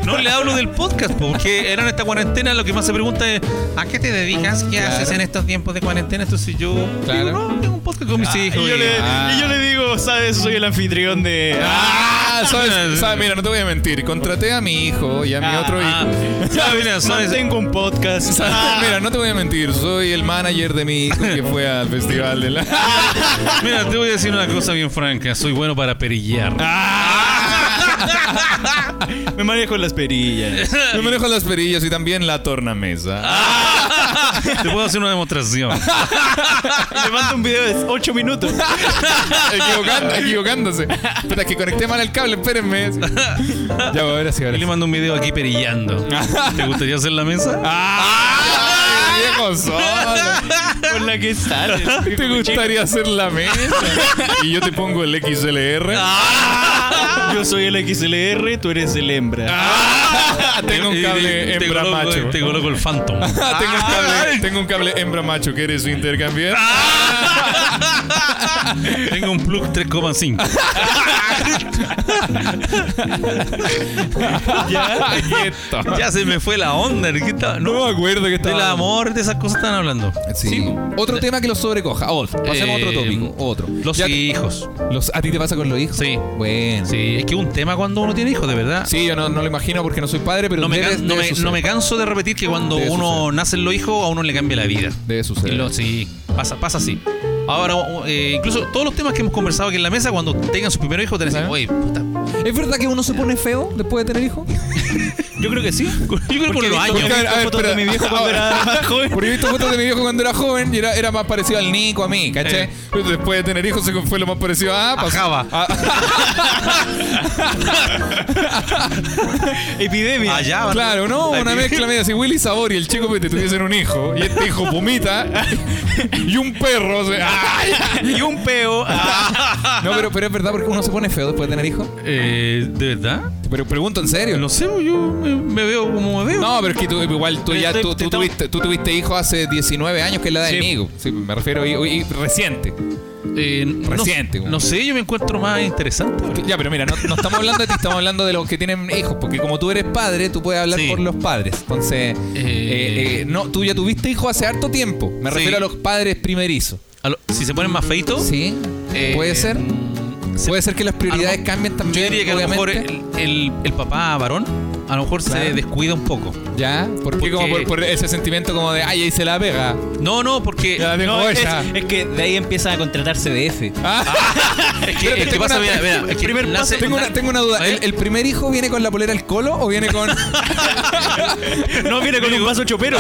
no le hablo del podcast, po, porque era en esta cuarentena lo que más se pregunta es ¿a qué te dedicas? ¿Qué Claro. haces en estos tiempos de cuarena? Entonces yo Claro. digo, no, tengo un podcast con mis hijos. y- Ah. y yo le digo, ¿sabes? Soy el anfitrión de. Ah, ¿sabes? ¿sabes? Mira, no te voy a mentir. Contraté a mi hijo y a mi otro hijo. Ah, ya, mira, ¿sabes? Tengo un podcast. ¿Sabes? Mira, no te voy a mentir. Soy el manager de mi hijo que fue al festival de la. Mira, te voy a decir una cosa bien franca, soy bueno para perillear. Ah. Ah. Me manejo en las perillas. Yo manejo las perillas y también la Ah. tornamesa. Te puedo hacer una demostración. Le mando un video de 8 minutos. Equivocando- equivocándose. Espera, que conecté mal el cable, espérenme. Ya, ahora sí, ahora Y le sí. mando un video aquí perillando. ¿Te gustaría hacer la mesa? ¡Ay, viejo solo! Con la que sale. ¿Te gustaría hacer la mesa? Y yo te pongo el XLR. Ah, Yo soy el XLR, tú eres el hembra. Ah, tengo un Y- y- cable te hembra coloco- macho. Te coloco el Phantom. Ah, tengo, un cable, tengo un cable hembra macho. ¿Quieres intercambiar? Ah, Tengo un plug 3,5. Ya, quieto. Ya se me fue la onda. ¿de qué estaba? No, No me acuerdo que del estaba. amor, de esas cosas están hablando. Sí. Otro tema que lo sobrecoja. Otro. Pasemos a otro Eh, tópico. Otro. Los Ya- hijos. los- ¿A ti te pasa con los hijos? Sí. Bueno. Sí, Sí, es que un tema cuando uno tiene hijos, de verdad. yo no, no lo imagino porque no soy padre, pero No me, debe- can- no debe me- suceder. no me canso de repetir que cuando Debe uno suceder. nacen los hijos, a uno le cambia la vida. Debe suceder. Y lo- sí, pasa, pasa así. Ahora, eh, incluso todos los temas que hemos conversado aquí en la mesa, cuando tengan su primer hijo, te van a decir, Ajá. oye, puta, ¿Es verdad que uno se pone feo después de tener hijos? Yo creo que sí. Yo creo por los años. Porque, a ver, a ver, fotos de espera. mi viejo cuando era más joven. Porque he visto fotos de mi viejo cuando era joven y era, era más parecido al Nico, a mí, ¿cachai? Eh. Pero Después de tener hijos se fue lo más parecido a... Ah, pasó- Ah, Java. a- Epidemia. Allá, ah, claro, ¿no? Una mezcla media. Si Willy Sabor y el chico Pete tuviesen un hijo y este hijo pumita y un perro... o sea, ¡ay! Y un peo. No, pero, pero es verdad porque uno se pone feo después de tener hijos. Eh, ¿De verdad? Pero pregunto en serio. No sé, yo me, me veo como me veo. No, pero es que tú, igual tú Pero ya estoy- tú, te tú estamos- tuviste, tú tuviste hijos hace 19 años, que es la edad Sí. de Nico. Sí, me refiero y, y- y reciente. Eh, no- Reciente, No, como- sé, yo me encuentro más interesante. ahora. Ya, pero mira, no, no estamos hablando de ti, estamos hablando de los que tienen hijos, porque como tú eres padre, tú puedes hablar Sí. por los padres. Entonces, eh, eh, no, tú ya tuviste hijos hace harto tiempo. Me Sí. refiero a los padres primerizos. A lo- Si se ponen más feitos, ¿Sí? Eh, mm, ¿Puede ser? se- ¿Puede ser que las prioridades cambien también? yo diría que a lo obviamente? mejor el, el- el papá varón a lo mejor se Claro. descuida un poco. ¿Ya? ¿Por qué? Porque- Como por, por ese sentimiento como de, ay, ahí se la pega. No, no, porque Ya la tengo No, es, ella. es que de ahí empiezan a contratar CDF. Ah, es que, es que tengo pasa, una- mira, mira, es que primer nace- Ah, Tengo una, tengo una duda. ¿Eh? ¿El, el primer hijo viene con la polera al colo o viene con.? el No, viene con un vaso chopero.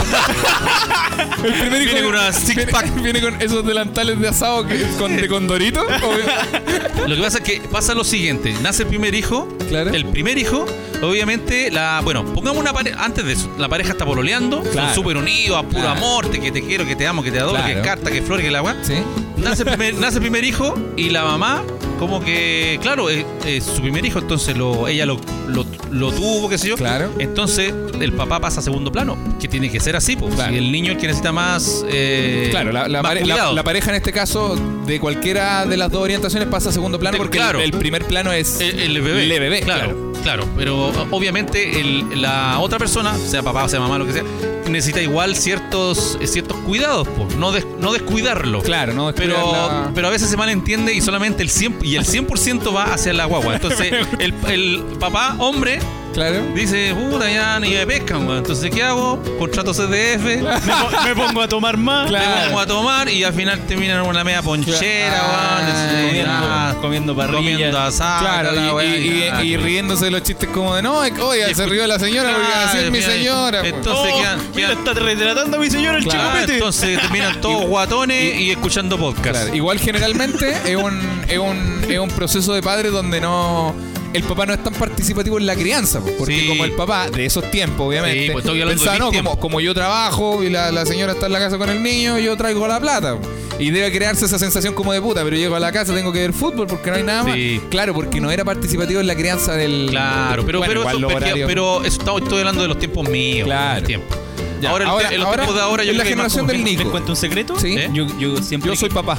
primer Viene con una six viene- pack. Viene, con esos delantales de asado que, con, de condorito. o- Lo que pasa es que pasa lo siguiente, nace el primer hijo, Claro. el primer hijo, obviamente la, bueno, pongamos una pareja, antes de eso, la pareja está pololeando, Claro. son súper unidos, a puro Claro. amor, te, que te quiero, que te amo, que te adoro, Claro. que carta, que flor, que la agua. ¿Sí? Nace el primer, nace el primer hijo y la mamá, como que, claro, es, es su primer hijo, entonces lo, ella lo, lo, lo tuvo, qué sé yo. Claro. Entonces el papá pasa a segundo plano, que tiene que ser así, pues. Claro. Si el niño es el que necesita más. eh, Claro, la, la más pare- la- cuidado. la pareja en este caso, de cualquiera de las dos orientaciones, pasa a segundo plano Te- porque claro. el, el primer plano es. El, Eh, el bebé. Le bebé, claro. Claro, pero obviamente el- la otra persona, sea papá, o sea mamá, lo que sea, necesita igual ciertos, eh, ciertos cuidados, po. no, des- no descuidarlo. Claro, no Pero, descuidarla. pero a veces se malentiende y solamente el 100%, y el 100 va hacia la guagua. Entonces el, el papá hombre Claro. dice, puta, ya ni me pescan, weón. Entonces, ¿qué hago? Contrato CDF, Me, po- me pongo a tomar más. Claro. me pongo a tomar y al final terminan en una media ponchera, Ah, weón. Entonces, Comiendo, ah, comiendo parrilla. comiendo asado. la Claro, y, weá, y- ya. y- y riéndose de los chistes como de no, oiga, se rió la señora porque Claro, así es mi mira, señora. pues". entonces- Oh, quedan- mira, quedan- está retratando a mi señora el Claro, Ah, chocopete. entonces terminan todos guatones y escuchando podcast. Claro, igual generalmente es un, es, un, es un proceso de padre donde no el papá no es tan participativo en la crianza, po, porque Sí. como el papá de esos tiempos, obviamente, Sí, pues estoy hablando de pensaba, mis no, como, tiempos". como yo trabajo y la, la señora está en la casa con el niño, yo traigo la plata. po. Y debe crearse esa sensación como de puta, pero llego a la casa, tengo que ver fútbol porque no hay nada más. Sí. Claro, porque no era participativo en la crianza del. Claro, del- pero, bueno, pero, igual eso, los porque- horarios- pero eso está- estoy hablando de los tiempos míos. Claro. de los tiempos. Ya, Ahora, el- ahora- el- los ahora tiempos de ahora yo es la creo que hay más generación del como- Nico. ¿Les cuento un secreto? Sí. ¿Eh? Yo, yo siempre. Yo soy papá.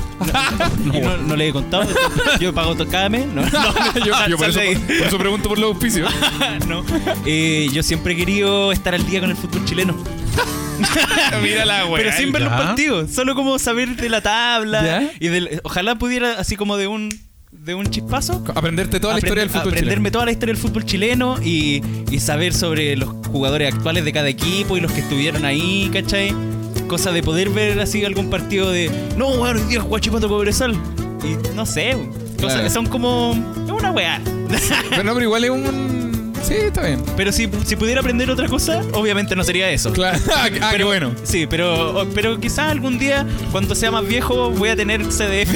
Y no, no le he contado. Yo pago to- cada mes. No, no, yo, yo por, sal eso, de ahí. por eso pregunto por los auspicios. No. Eh, yo siempre he querido estar al día con el fútbol chileno. Mira la wea. pero sin ver los ya. partidos. Solo como saber de la tabla. ¿Ya? y del, Ojalá pudiera, así como de un, de un chispazo. Aprenderte toda la historia del aprender- fútbol chileno. aprenderme toda la historia del fútbol chileno y, y saber sobre los jugadores actuales de cada equipo y los que estuvieron ahí, ¿cachai? Cosa de poder ver así algún partido de, no, bueno, Dios, Guachipato Cobresal. Y no sé, cosas Claro. que son como. Es una weá. Pero no, pero igual es un. Sí, está bien. Pero si, si pudiera aprender otra cosa, obviamente no sería eso. Claro. Ah, qué- ah, qué bueno. Sí, pero, pero quizás algún día, cuando sea más viejo, voy a tener CDF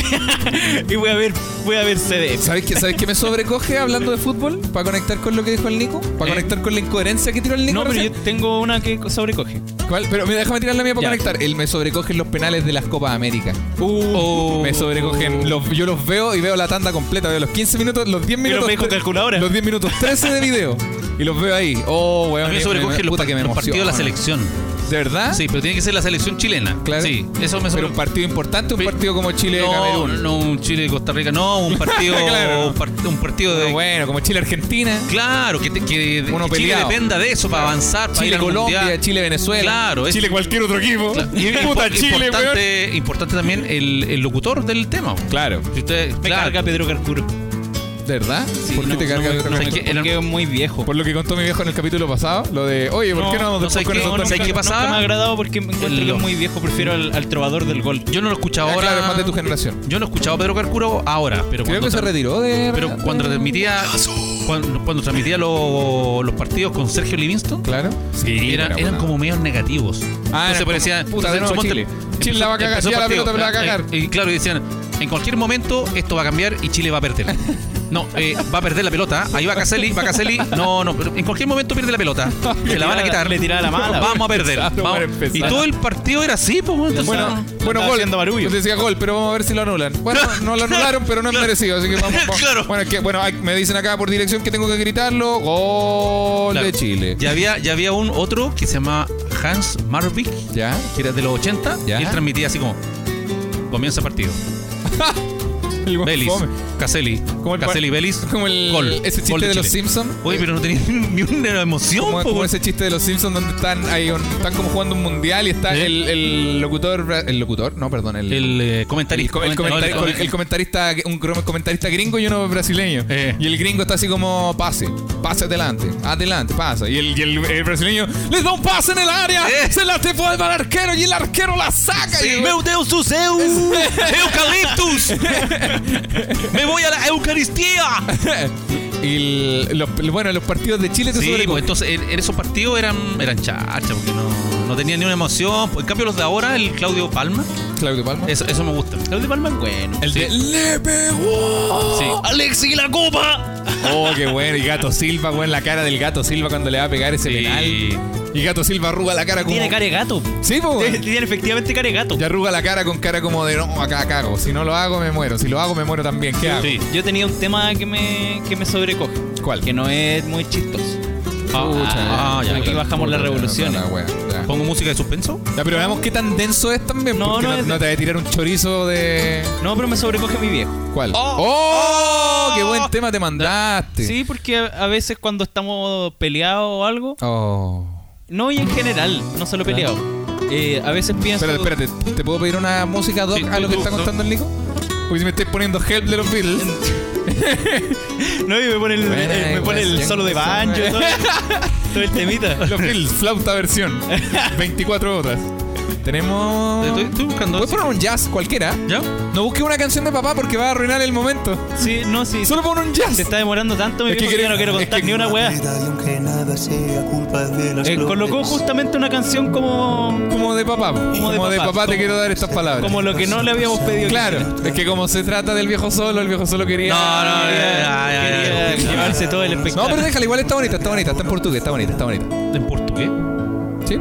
y voy a ver, voy a ver CDF. ¿Sabes qué, ¿Sabes qué me sobrecoge hablando de fútbol? Para conectar con lo que dijo el Nico. Para Eh. conectar con la incoherencia que tiró el Nico. No, pero yo recién. tengo una que sobrecoge. ¿Cuál? Pero mira, déjame tirar la mía para Ya. conectar. Él me sobrecoge en los penales de las Copas América. Uh, Oh. Me sobrecogen. Los, yo los veo y veo la tanda completa. Veo los 15 minutos, los 10 minutos. veis con tre- calculadora? Los 10 minutos 13 de video. Y los veo ahí. Oh, weón. A mí me me- sobrecoge me- los, puta que me los partidos de la emociona. selección. ¿De verdad? Sí, pero tiene que ser la selección chilena. Claro. Sí, eso me Pero un sobrecoge. partido importante, un Pe- partido como No, Chile-Camerún. no, un Chile-Costa Rica. No, un partido, Claro. un, part- un partido de... Bueno, como Chile-Argentina. Claro, que, te- que- Uno que Chile peleado. dependa de eso para avanzar, para ir al Chile-Colombia, Mundial. Chile-Venezuela. Claro, es- Chile cualquier otro equipo. Y Puta impor- Chile, importante, weón. importante también el, el locutor del tema. Claro. Si usted- Me claro. carga Pedro Carcuro. ¿De verdad? ¿Por qué no, te no, cargas no, de no sé repente? qué- era- Porque es muy viejo. Por lo que contó mi viejo en el capítulo pasado, lo de, oye, ¿por qué no vamos no después sé con qué, esos no dos sé chicos? qué Nunca pasaba? me ha agradado porque me encuentro que Lo- es muy viejo. Prefiero al, al trovador del gol. Yo no lo escuchaba Ah, ahora. claro, es más de tu generación. Yo no he escuchado a Pedro Carcuro ahora, pero Creo cuando que se tra- retiró de... Pero cuando transmitía cuando, cuando transmitía lo- los partidos con Sergio Livingston, Claro. Sí, era- pero eran bueno. como medios negativos. Ah, Entonces era parecía. como, puta, de nuevo Chile. Chile la va a cagar, empezó el ya la partido, pelota la va a eh, cagar. eh, Y, claro, y decían: en cualquier momento esto va a cambiar y Chile va a perder. No, eh, va a perder la pelota. Ahí va Caselli, va Caselli. No, no, pero en cualquier momento pierde la pelota. Se la van a quitar. Le tiraba la mala. Vamos a perder. Empezaron, vamos. bueno, Y empezaron. todo el partido era así, pues. bueno, entonces- Bueno, bueno estaba gol. haciendo barullo. Yo decía gol, pero vamos a ver si lo anulan. Bueno, no lo anularon, pero no es Claro. merecido, así que vamos. vamos. Claro. Bueno, es que, bueno, hay- me dicen acá por dirección que tengo que gritarlo. Gol Claro. de Chile. Ya había, ya había un otro que se llama Hans Marvik, Ya. que era de los 80, Ya. y él transmitía así como: comienza partido. El buen Belis, fome. Caselli, Como el- Caselli, Belis, Como el gol. ese chiste gol de, los Chile. Simpsons. Oye, pero no tenía ni una emoción, Como, po, como weón. ese chiste de los Simpsons donde están ahí, un- están como jugando un mundial y está ¿Eh? el, el locutor, bra- el locutor, no, perdón, el, el eh, el, comentarista. com- No, el comentari- el- el comentarista, un gr- comentarista gringo y uno brasileño. Eh. Y el gringo está así como, pase, pase adelante, adelante, pasa. Y el, y el- el brasileño, les da un pase en el área, Eh. se la te fue al arquero y el arquero la saca. Sí. Y- Meu Deus do céu! Eucaliptus! Me voy a la Eucaristía! Y el- los, bueno, los partidos de Chile se Sí, sobrecogen. pues entonces en, en esos partidos eran, eran charchas, porque no, no tenían ni una emoción. Pues, en cambio, los de ahora, el Claudio Palma, Claudio Palma. eso, eso me gusta. Claudio Palma es bueno. El Sí. de Le pegó. Sí. ¡Alexi la copa! Oh, qué bueno. Y Gato Silva, weón, la cara del Gato Silva cuando le va a pegar ese Sí. penal. Y Gato Silva arruga la cara como. Tiene cara de gato. Sí, po, weón. Tiene efectivamente cara de gato. Y arruga la cara con cara como de no, acá cago. Si no lo hago, me muero. Si lo hago, me muero también. ¿Qué hago? Sí. Yo tenía un tema que me, que me sobrecoge. ¿Cuál? Que no es muy chistoso. Ah, Ah, ya, aquí claro. bajamos las revoluciones. La wea, ya. ¿Pongo música de suspenso? Ya, pero veamos qué tan denso es también. No, porque no no, es- no te va a tirar un chorizo de. No, pero me sobrecoge mi viejo. ¿Cuál? ¡Oh! ¡Qué buen tema te mandaste! Oh. Sí, porque a a veces cuando estamos peleados o algo, Oh. no y en general, no solo peleados. Eh, a veces pienso. Espérate, espérate. ¿Te puedo pedir una música doc Sí, a lo tú- que tú- está tú- contando el Nico? Porque si me estáis poniendo help de los Beatles. No, y me pone el, Bueno, eh, pues, me pone el ya solo de empezó, banjo, y todo, todo el temita. Los Beatles, flauta versión. 24 horas. Tenemos. Estoy, estoy buscando. Puedes poner un jazz cualquiera. ¿Ya? No busques una canción de papá porque va a arruinar el momento. Sí, no, sí. Solo pon un jazz. Se está demorando tanto, mi Es que viejo, que ya no quiero- quiero es contar que- ni una weá. aunque nada sea culpa de las Eh, colocó justamente una canción como, Como de papá. Como, de papá, te como- quiero dar estas palabras. como lo que no le habíamos pedido. que hiciera. Claro, es que como se trata del viejo solo, el viejo solo quería. No, no, no, Ah, Quería ya, ya, ya. llevarse todo el No, espectáculo. pero déjala, igual está bonita, está bonita, está en portugués, está bonita, está bonita. ¿En portugués? ¿Sí?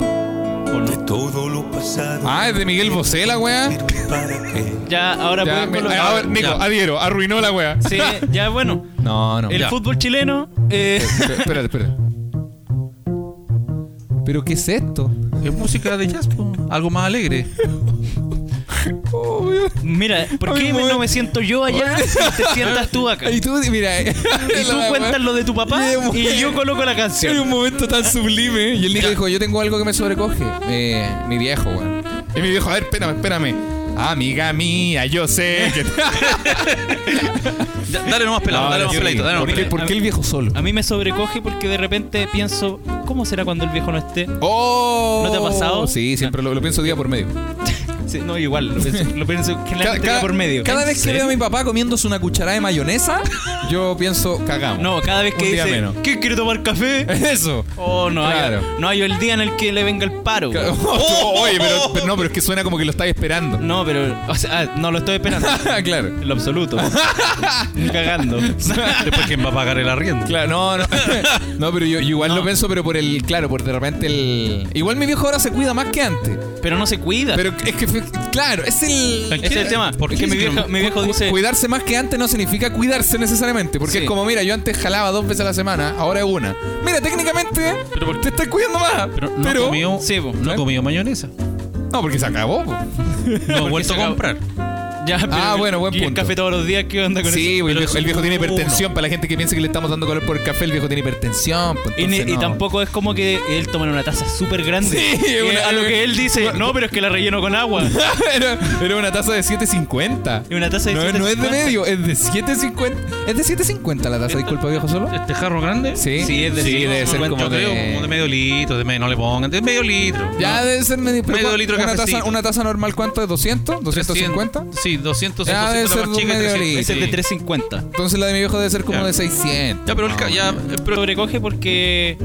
de todo lo pasado. Ah, es de Miguel Bosé la wea. ¿Para qué? Ya, ahora Ya, pueden me- colocar- a ver, Nico, Ya. adhiero, arruinó la wea. Sí, ya bueno. No, no. El Ya. fútbol chileno. eh, Espera, espera, espera. ¿Pero qué es esto? Es música de jazz, po. algo más alegre. mira, ¿por Ay, qué muy- no me siento yo allá y te sientas tú acá? Y tú, mira. Y Y tú cuentas lo de tu papá Y es muy- y yo coloco la Era canción. un momento tan sublime. Y el Nico dijo, yo tengo algo que me sobrecoge. Eh, mi viejo, weón. Y mi viejo, a ver, espérame, espérame. Amiga mía, yo sé que... Ya, dale nomás pelado, No, dale yo nomás peladito, dale nomás ¿Por, qué, peladito. por qué el viejo solo? A mí me sobrecoge porque de repente pienso, ¿cómo será cuando el viejo no esté? ¡Oh! ¿No te ha pasado? Sí, siempre lo, lo pienso día por medio. Sí, no, igual, lo pienso, lo pienso generalmente Ca- ca- por medio. Cada vez que ¿En veo a serio? mi papá comiéndose una cucharada de mayonesa, yo pienso, cagamos. No, cada vez que Un día dice, menos. ¿qué quiere tomar café? Eso. Oh, no, Claro. hay, no hay el día en el que le venga el paro. Oh, Claro. güey. Oye, pero, pero no, pero es que suena como que lo estáis esperando. No, pero, o sea, ah, no lo estoy esperando. claro. En lo absoluto. Ni cagando. Después, ¿quién va a pagar el arriendo? Claro, no, no. No, pero yo, yo igual lo pienso, pero por el. Claro, por de repente el. Igual mi viejo ahora se cuida más que antes. Pero no se cuida. Pero es que. fue- Claro, es el. Ese es el tema. ¿Por Porque qué mi viejo, mi viejo dice. Cuidarse más que antes no significa cuidarse necesariamente. Porque Sí. es como, mira, yo antes jalaba dos veces a la semana, ahora es una. Mira, técnicamente te estás cuidando más. Pero. Pero no comió, Sí, po. no comió mayonesa. No, porque se acabó. po. No ha vuelto se a acabó. comprar. Ya, Ah, bueno, buen ¿y el punto. café todos los días, ¿qué onda con Sí, el eso? pero viejo, es el viejo tiene uno. hipertensión. Para la gente que piensa que le estamos dando color por el café, el viejo tiene hipertensión. pues, Y, ni- entonces y no. tampoco es como que él toma una taza súper grande. Sí, Que una- a lo que él dice, no, pero es que la relleno con agua. era, era una taza de 7.50. Y una taza de no, es- no es de 7.50. medio, es de 7.50. Es de 7.50 la taza, disculpa viejo solo. ¿Este jarro grande? Sí, Sí, es de sí, 7.50, debe ser Yo como de... creo como de medio litro, de medio, no le pongan, de medio litro. Ya No. debe ser medio. pero Medio ¿cuál- litro de una taza, cafecito. una taza normal, ¿cuánto es? ¿200? ¿250? 300, Sí, 200 o Ah, debe 250 ser más de chica. un medio 300. Ese es de Sí. 350. Entonces la de mi viejo debe ser como Ya. de 600. Ya, pero el, ca- ya, eh, pero- sobrecoge porque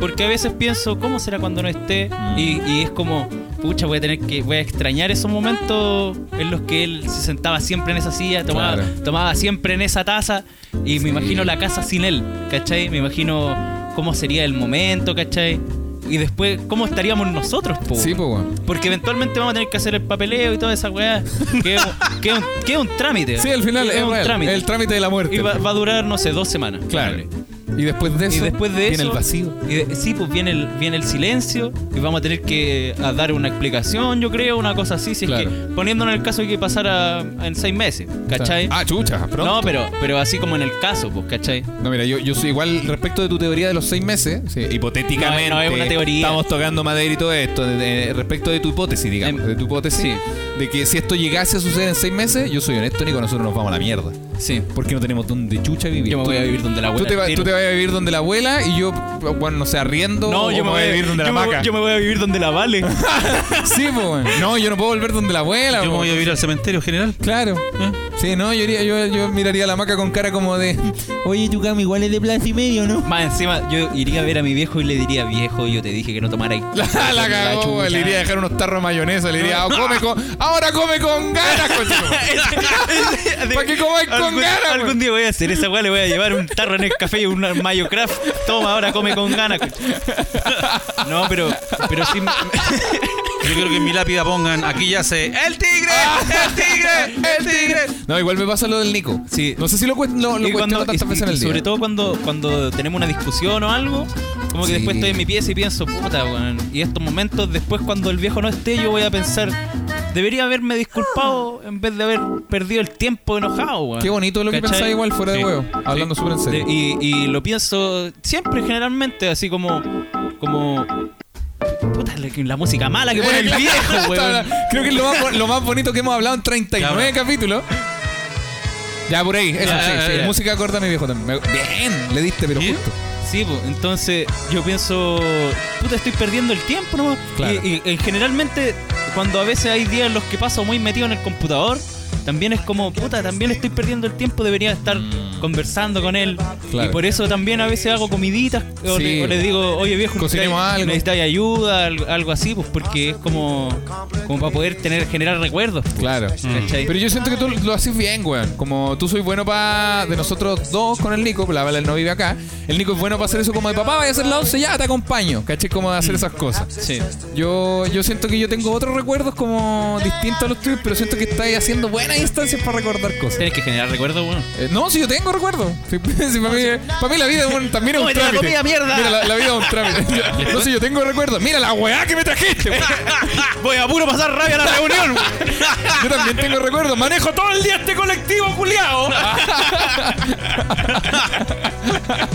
porque a veces pienso cómo será cuando no esté y, y es como pucha voy a tener que voy a extrañar esos momentos en los que él se sentaba siempre en esa silla tomaba Claro. tomaba siempre en esa taza y me imagino la casa sin él ¿cachai? me imagino cómo sería el momento ¿cachai? y después cómo estaríamos nosotros po? Sí, pues, weón. porque eventualmente vamos a tener que hacer el papeleo y toda esa weá que es un- que es un, que es un trámite Sí, al final es, es, un real, trámite El trámite de la muerte. y va, va a durar no sé dos semanas Claro. ponele. Y después de eso. Y después de viene eso. el vacío. y de- sí, pues viene el, viene el silencio. Y vamos a tener que a dar una explicación, yo creo, una cosa así. Si Claro. es que poniéndonos en el caso de que pasara en seis meses, ¿cachai? Ah, chucha, pronto. no, pero, pero así como en el caso, pues, ¿cachai? No, mira, yo, yo soy igual respecto de tu teoría de los seis meses, sí, hipotéticamente. No, no es una teoría. Estamos tocando madera y todo esto. de- de- respecto de tu hipótesis, digamos. Em, de tu hipótesis. De que si esto llegase a suceder en seis meses, yo soy honesto, Nico, nosotros nos vamos a la mierda. Sí. Porque no tenemos donde chucha vivir. Yo me Tú- voy a vivir donde la Tú abuela. te, va- al tiro. tú te vas a vivir donde la abuela y yo, bueno, no sé, arriendo. no, o- yo me voy a vivir donde la yo me voy- maca. yo me voy a vivir donde la vale. Sí, pues, bueno. No, yo no puedo volver donde la abuela. yo me po. voy a vivir al cementerio general. Claro. ¿Eh? Sí, no, yo, iría- yo, yo miraría a la maca con cara como de. Oye, tu cama igual es de plaza y medio, ¿no? Más encima, yo iría a ver a mi viejo y le diría, viejo, yo te dije que no tomara. La, la cagó, chucha". le iría a dejar unos tarros de mayonesa, le diría, "Ah, come con, ahora come con ganas, coño". ¿Para qué comáis con algún, ganas, Algún weón? día voy a hacer esa weá, le voy a llevar un tarro en el café y un mayo craft. Toma, ahora come con ganas. coche. No, pero, pero sí. Yo quiero que en mi lápida pongan, aquí ya sé, ¡El tigre! ¡El tigre! ¡El tigre! No, igual me pasa lo del Nico. Sí. No sé si lo, cuest- lo, lo y cuando- cuestiono tantas y- veces en y el día. sobre todo cuando, cuando tenemos una discusión o algo, como que Sí. después estoy en mi pieza y pienso, puta, weón. Y estos momentos, después cuando el viejo no esté, yo voy a pensar, debería haberme disculpado en vez de haber perdido el tiempo enojado, weón. Qué bonito lo que ¿Cachai? pensáis igual fuera de Sí. huevo, hablando Sí. súper en serio. De- y, y lo pienso siempre, generalmente, así como. como Puta, la, la música mala que pone el Eh, viejo, claro, weón. Creo que es lo más, bo- lo más bonito que hemos hablado en 39 Cabrón. capítulos. Ya, por ahí, eso, Ya, sí, ya, sí. ya. Música corta, mi viejo también. Me- Bien, le diste, pero ¿Sí? justo. Sí, pues, entonces yo pienso. Puta, estoy perdiendo el tiempo, ¿no? Claro. Y, y- y generalmente, cuando a veces hay días en los que paso muy metido en el computador. También es como, puta, también estoy perdiendo el tiempo, debería estar conversando con él. Claro. Y por eso también a veces hago comiditas o, Sí. le, o le digo, oye viejo, Cocinemos necesitáis- algo. necesitáis ayuda, al- algo así, pues porque es como, como para poder tener generar recuerdos. pues, Claro. Mm. ¿cachai? Pero yo siento que tú lo haces bien, weón. Como tú soy bueno para. De nosotros dos con el Nico, la verdad él no vive acá. El Nico es bueno para hacer eso como de papá, vaya a hacer la once, ya te acompaño. ¿Caché? Como de hacer esas cosas. Sí. Yo, yo siento que yo tengo otros recuerdos como distintos a los tuyos, pero siento que estáis haciendo buenas instancias para recordar cosas. Tienes que generar recuerdos, bueno. Eh, no, si yo tengo recuerdos. Sí, sí, para, mí, para mí la vida bueno, también es un Cómete la trámite. comida, mierda. Mira, la, la vida es un trámite. Yo- no, si yo tengo recuerdos. Mira la weá que me trajiste. weón. Voy a puro pasar rabia a la reunión. Yo también tengo recuerdos. Manejo todo el día este colectivo, culiao.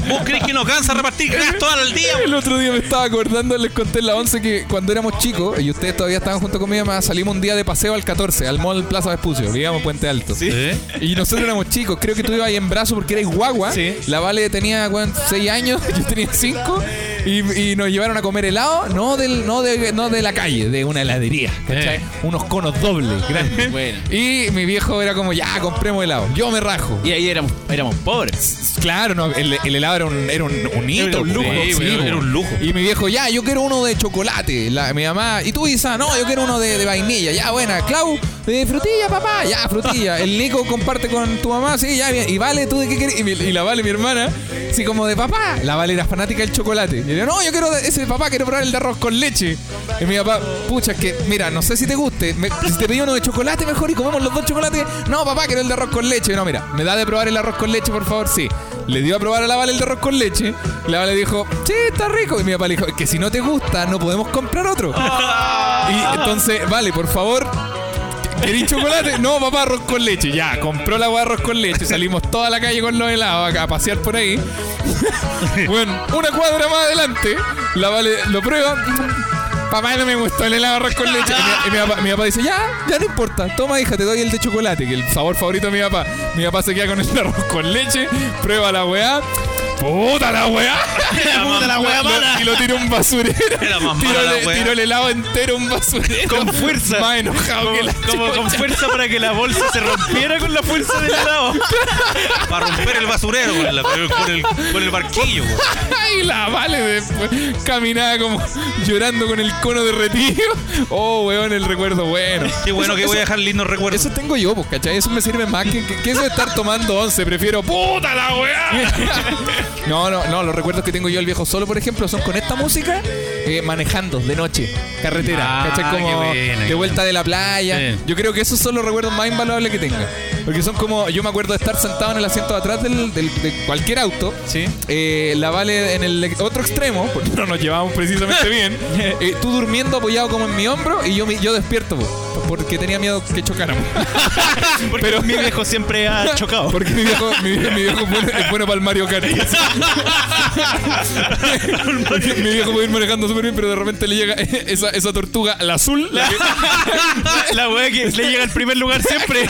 ¿Vos crees que no cansa repartir gas todo el día? El otro día me estaba acordando, les conté en la 11 que cuando éramos chicos y ustedes todavía estaban junto con mi mamá, salimos un día de paseo al 14, al mall Plaza Vespucio, vivíamos en Puente Alto. ¿Eh? Y nosotros éramos chicos, creo que tú ibas ahí en brazo porque erais guagua. Sí. La Vale tenía 6 años, yo tenía 5 y, y nos llevaron a comer helado, no del no de, no de la calle, de una heladería, ¿cachai? Eh. Unos conos dobles, grandes. Bueno. Y mi viejo era como, ya, compremos helado. Yo me rajo. Y ahí éramos, éramos pobres. Claro, no, el, el helado era un, era un, un hito, Era un lujo, po, sí, era po. un lujo. Y mi viejo, ya, yo quiero uno de chocolate. La- mi mamá, y tú, Isa, no, yo quiero uno de, de vainilla. Ya, buena. Clau, de frutilla, papá. Ya, frutilla. El Nico comparte con tu mamá, sí, ya, bien. Y vale, tú de qué quieres. Y, mi- y la vale, mi hermana, así como de papá. La vale era fanática del chocolate. Y yo, no, yo quiero de- ese de papá, quiero probar el de arroz con leche. Y mi papá, pucha, es que, mira, no sé si te guste. Me- si te pedí uno de chocolate mejor y comemos los dos chocolates. No, papá, quiero el de arroz con leche. No, mira, me da de probar el arroz con leche, por favor, sí. Le dio a probar a la Vale el de arroz con leche. La Vale dijo, sí, está rico. Y mi papá le dijo, es que si no te gusta, no podemos comprar otro. y entonces, vale, por favor. ¿Querís chocolate? No, papá, arroz con leche. Ya, compró la hueá de arroz con leche. Salimos toda la calle con los helados a, a pasear por ahí. bueno, una cuadra más adelante, la vale lo prueba. Papá, no me gustó el helado de arroz con leche. Y mi, y mi papá, mi papá dice, ya, ya no importa. Toma, hija, te doy el de chocolate, que es el sabor favorito de mi papá. Mi papá se queda con el arroz con leche, prueba la weá. ¡Puta la weá! Puta la Lo- Y lo tiró un basurero. Era más tiró, mala la el- weá. tiró el helado entero a un basurero. Con fuerza. Más enojado que la Como con fuerza para que la bolsa se rompiera con la fuerza del helado. Para romper el basurero con, la- con el, con el- con el barquillo, weón. Ay, la vale después. Caminaba como llorando con el cono derretido. Oh, weón, el recuerdo bueno. Qué bueno Eso- que voy a eso- dejar lindos recuerdos. Eso tengo yo, pues, ¿cachai? Eso me sirve más que, que, que eso de estar tomando once. Prefiero puta la weá. No, no, no. Los recuerdos que tengo yo del viejo solo, por ejemplo, son con esta música eh, manejando de noche, carretera. Ah, ¿cachai? Como qué bueno, de qué vuelta de la playa. Sí. Yo creo que esos son los recuerdos más invaluables que tenga. Porque son como, yo me acuerdo de estar sentado en el asiento de atrás del- del- de cualquier auto. Sí. Eh, la Vale en el ex- otro extremo, porque no nos llevamos precisamente bien. Eh, tú durmiendo apoyado como en mi hombro y yo, mi- yo despierto, po, porque tenía miedo que chocáramos. Porque Pero- mi viejo siempre ha chocado. Porque mi viejo, mi, vie- mi viejo es bueno- es bueno para el Mario Kart. Porque mi viejo puede ir manejando súper bien, pero de repente le llega esa, esa tortuga, la azul, la que, La wea que le llega al primer lugar siempre.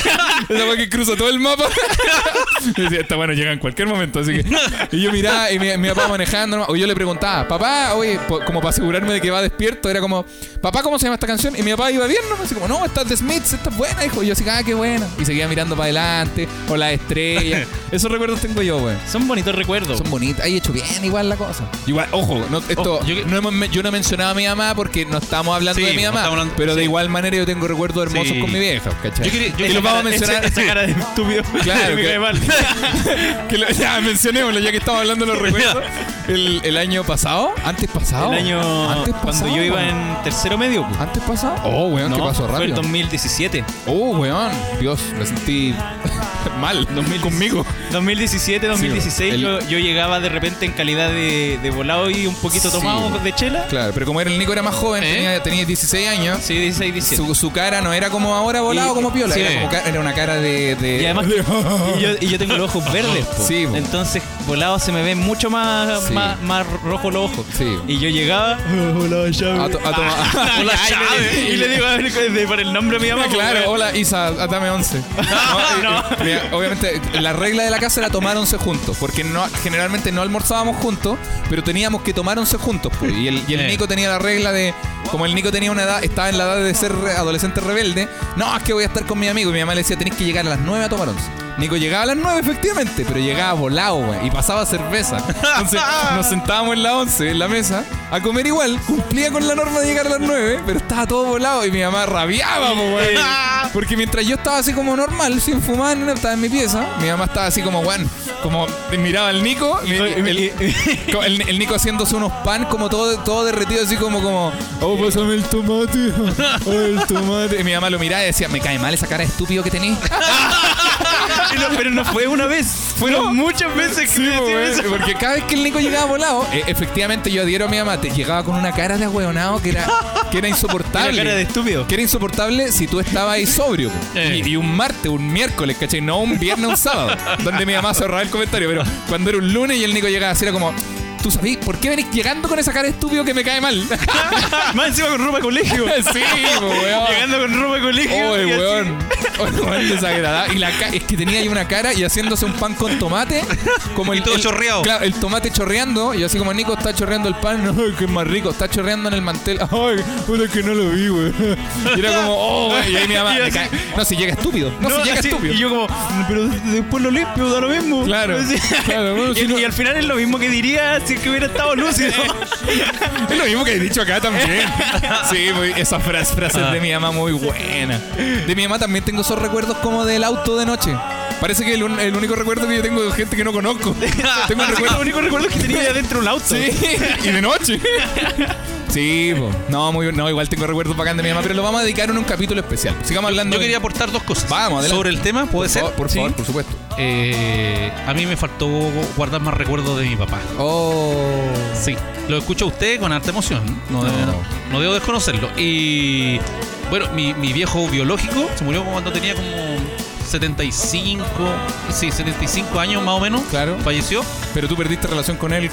Esa weá que cruza todo el mapa. Y decía, está bueno, llega en cualquier momento. Así que. Y yo miraba y mi, mi papá manejando. nomás, O yo le preguntaba, papá, oye, po- como para asegurarme de que va despierto, era como, papá, ¿cómo se llama esta canción? Y mi papá iba bien, ¿no? Así como, no, esta es de Smiths, esta es buena, hijo. Y yo así, ah, qué buena. Y seguía mirando para adelante, o las estrellas. Esos recuerdos tengo yo, weón. Son bonitos recuerdos. Son bonitas. Ahí he hecho bien igual la cosa. Igual, ojo, no, esto, Ojo, Oh, yo- no hemos men- yo no he mencionado a mi mamá porque no estamos hablando Sí, de mi no mamá. estamos hablando- pero de sí. igual manera yo tengo recuerdos hermosos Sí. con mi vieja, ¿cachai? Yo quería- yo Y quería- los vamos a mencionar. Esa cara de estúpido. Claro, Me que- cae mal. que lo- ya mencionémoslo, ya que estamos hablando de los recuerdos. El, el año pasado, antes pasado. El año antes pasado, cuando yo iba weón. en tercero medio. pues. Antes pasado. Oh, weón, que No, pasó Fue el rápido. 2017. Oh, weón. Dios, me sentí mal. Conmigo. 2017, 2016 pues, el- yo, yo llegaba de repente en calidad de, de volado y un poquito Sí. tomado de chela. Claro, pero como era el Nico era más joven, ¿Eh? tenía, tenía 16 años. Sí, 16, 17. Su, su cara no era como ahora volado Y- como piola, sí. era, como ca- era una cara de. de- Y además, y yo, y yo tengo los ojos verdes, po. Sí, po. entonces volado se me ven mucho más, Sí. más, más rojo los ojos. Sí. Y yo llegaba, hola, a to- a tomar- hola, Y le digo a ver, de- por el nombre de mi mamá. po, claro, weón. hola Isa, dame 11. No. obviamente, la regla de la casa era tomar 11 juntos, porque no, generalmente no almorzábamos juntos, pero teníamos que tomar 11 juntos. pues, Y el, y el Eh. Nico tenía la regla de, como el Nico tenía una edad, estaba en la edad de ser re- adolescente rebelde, no, es que voy a estar con mi amigo. Y mi mamá le decía, tenés que llegar a las 9 a tomar 11. Nico llegaba a las 9, efectivamente, pero llegaba volado, güey, y pasaba cerveza. Entonces nos sentábamos en la 11, en la mesa, a comer igual. Cumplía con la norma de llegar a las 9, pero estaba todo volado y mi mamá rabiaba, po, güey. Porque mientras yo estaba así como normal, sin fumar, ni nada, estaba en mi pieza, mi mamá estaba así como, bueno, como miraba al Nico, pues, el, el- como el- el Nico haciéndose unos pan como todo, todo derretido, así como, como, oh, pásame el tomate, oh, el tomate. Y mi mamá lo miraba y decía, me cae mal esa cara de estúpido que tenés. Y no- pero no fue una vez, fueron muchas veces que me decían Pues, eso. Porque cada vez que el Nico llegaba volado, eh, efectivamente yo adhiero a mi mamá, te llegaba con una cara de ahueonado que era, que era insoportable. Una cara de estúpido. Que era insoportable si tú estabas ahí sobrio. po. Eh. Y, y un martes, un miércoles, ¿cachai? No un viernes, un sábado. donde mi mamá se ahorraba el comentario. Pero cuando era un lunes y el Nico llegaba así, era como, ¿tú sabés por qué venís llegando con esa cara de estúpido que me cae mal? Más encima con ropa de colegio. sí, po, weón. Llegando con ropa de colegio. Oye, y así. Ah. Oh, weón. Oye, weón, desagradable. Y la ca- es que tenía ahí una cara y haciéndose un pan con tomate. Como Y el, todo el- chorreado. Claro, el tomate chorreando. Y así como Nico está chorreando el pan. Ay, qué más rico. Está chorreando en el mantel. Ay, puta que no lo vi, weón. Y era como, oh, weón. Y ahí mi mamá. Y me así- cae- No, si llega estúpido. No, si llega así- estúpido. Y yo como, pero después lo limpio, da lo mismo. Claro, Sí. claro, bueno, y, si no- y al final es lo mismo que diría si es que hubiera estado lúcido. Es lo mismo que he dicho acá también. Ah. Sí, muy- esas fras- frases de mi mamá muy buenas. De mi mamá también tengo esos recuerdos como del auto de noche. Parece que el, un- el único recuerdo que yo tengo de gente que no conozco. Tengo el Lo recuerdo. único recuerdo es que tenía ahí adentro un auto. Sí, y de noche. Sí, po. no, muy, no, igual tengo recuerdos bacán de mi mamá, pero lo vamos a dedicar en un capítulo especial. Sigamos hablando. Yo quería por aportar dos cosas. Vamos, adelante. Sobre el tema, ¿puede ser? favor, por Sí. favor, por supuesto. Eh, a mí me faltó guardar más recuerdos de mi papá. Oh. Sí, lo escucho a usted con harta emoción. No, No. debo, no debo desconocerlo. Y bueno, mi, mi viejo biológico se murió cuando tenía como 75, sí, 75 años más o menos. Claro. Falleció. Pero tú perdiste relación con él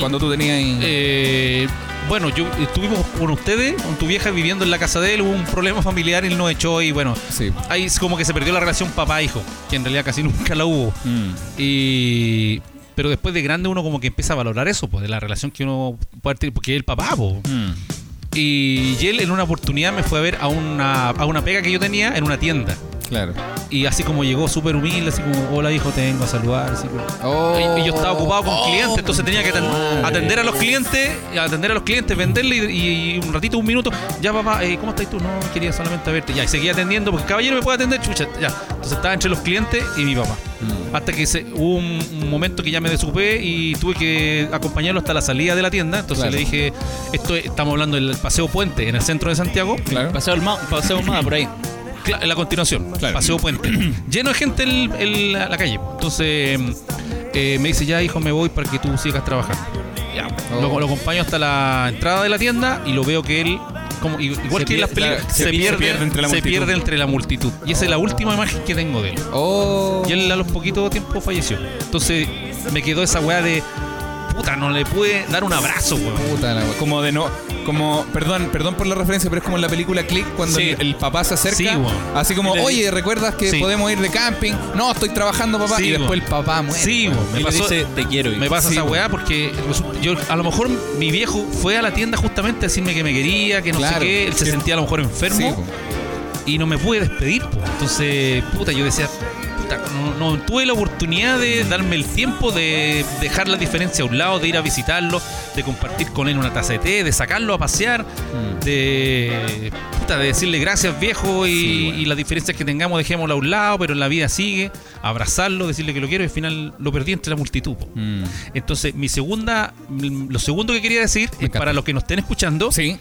cuando tú tenías ahí- Eh, bueno, yo estuvimos con ustedes, con tu vieja viviendo en la casa de él, hubo un problema familiar, él nos echó y bueno, Sí. ahí es como que se perdió la relación papá-hijo, que en realidad casi nunca la hubo. Mm. Y Pero después de grande uno como que empieza a valorar eso, pues, de la relación que uno puede tener, porque es el papá, po. Mm. Y, y él en una oportunidad me fue a ver a una, a una pega que yo tenía en una tienda. Claro. Y así como llegó súper humilde, así como, hola hijo, te vengo a saludar. Así como- Oh. y, y yo estaba ocupado con clientes, entonces tenía que aten- atender a los clientes, atender a los clientes, venderle y, y- y un ratito, un minuto, ya papá, eh, ¿cómo estás tú? No, quería solamente verte. Ya, y seguía atendiendo, porque caballero me puede atender, chucha, ya. Entonces estaba entre los clientes y mi papá. Mm. Hasta que se- hubo un, un momento que ya me desocupé y tuve que acompañarlo hasta la salida de la tienda. Entonces Claro. le dije, esto es- estamos hablando del Paseo Puente, en el centro de Santiago. Claro. Paseo el ma- paseo Humada por ahí. Cla- la continuación, Claro. Paseo Puente. Lleno de gente el, el- la la calle. Entonces eh, me dice, ya hijo, me voy para que tú sigas trabajando. Ya, Oh. lo, lo acompaño hasta la entrada de la tienda y lo veo que él, como, i- igual Se que en las pier- películas, claro, se, pierde, se, pierde entre la multitud. multitud. Y esa es la última imagen que tengo de él. Oh. Y él a los poquitos tiempos falleció. Entonces me quedó esa weá de, puta, no le pude dar un abrazo, weón. Puta la wea. Como de no. Como, perdón, perdón por la referencia, pero es como en la película Click cuando Sí. el, el papá se acerca. Sí, weón. Así como, Y le oye, ¿recuerdas que Sí. podemos ir de camping? No, estoy trabajando, papá. Sí, y después weón. el papá muere. Sí, weón. weón, me Él le pasó. dice, te quiero. hijo". Me pasa Sí, pues. esa po. weá porque resulta- yo, a lo mejor mi viejo fue a la tienda justamente a decirme que me quería, que no Claro. sé qué, él se Sí. sentía a lo mejor Sí, pues. enfermo weón. y no me pude despedir. po. Entonces, puta, yo decía, puta, no, no tuve la oportunidad de darme el tiempo de dejar la diferencia a un lado, de ir a visitarlo, de compartir con él una taza de té, de sacarlo a pasear, Mm. de, puta, de decirle gracias viejo y, y las diferencias que tengamos dejémosla a un lado, pero la vida sigue, abrazarlo, decirle que lo quiero y al final lo perdí entre la multitud. po. Mm. Entonces, mi segunda, lo segundo que quería decir es encanta. para los que nos estén escuchando, Sí.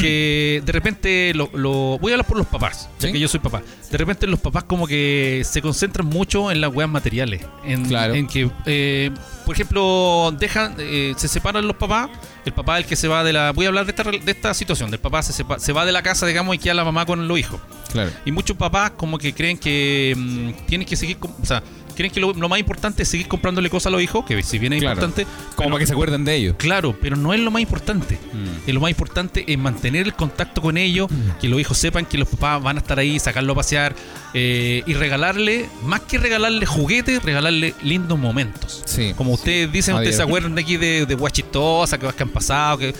que de repente lo, lo- voy a hablar por los papás, ya Sí. que yo soy papá. De repente los papás como que se concentran mucho en las weas materiales, en, Claro. en que, eh, por ejemplo, dejan, eh, se separan los papás. El papá es el que se va de la, voy a hablar de esta, re- de esta situación, del papá se, sepa- se va de la casa, digamos, y queda la mamá con los hijos. Claro. Y muchos papás como que creen que mm, tienen que seguir, com- o sea, creen que lo, lo más importante es seguir comprándole cosas a los hijos, que si bien es Claro. importante, Como para que se acuerden de ellos. Claro, pero no es lo más importante. Mm. Eh, Lo más importante es mantener el contacto con ellos, que los hijos sepan que los papás van a estar ahí, sacarlo a pasear eh, y regalarle, más que regalarle juguetes, regalarle lindos momentos. Sí. Como ustedes dicen, Ah, ustedes se bien. acuerdan de aquí de, de guachitosa, que, que han pasado, que...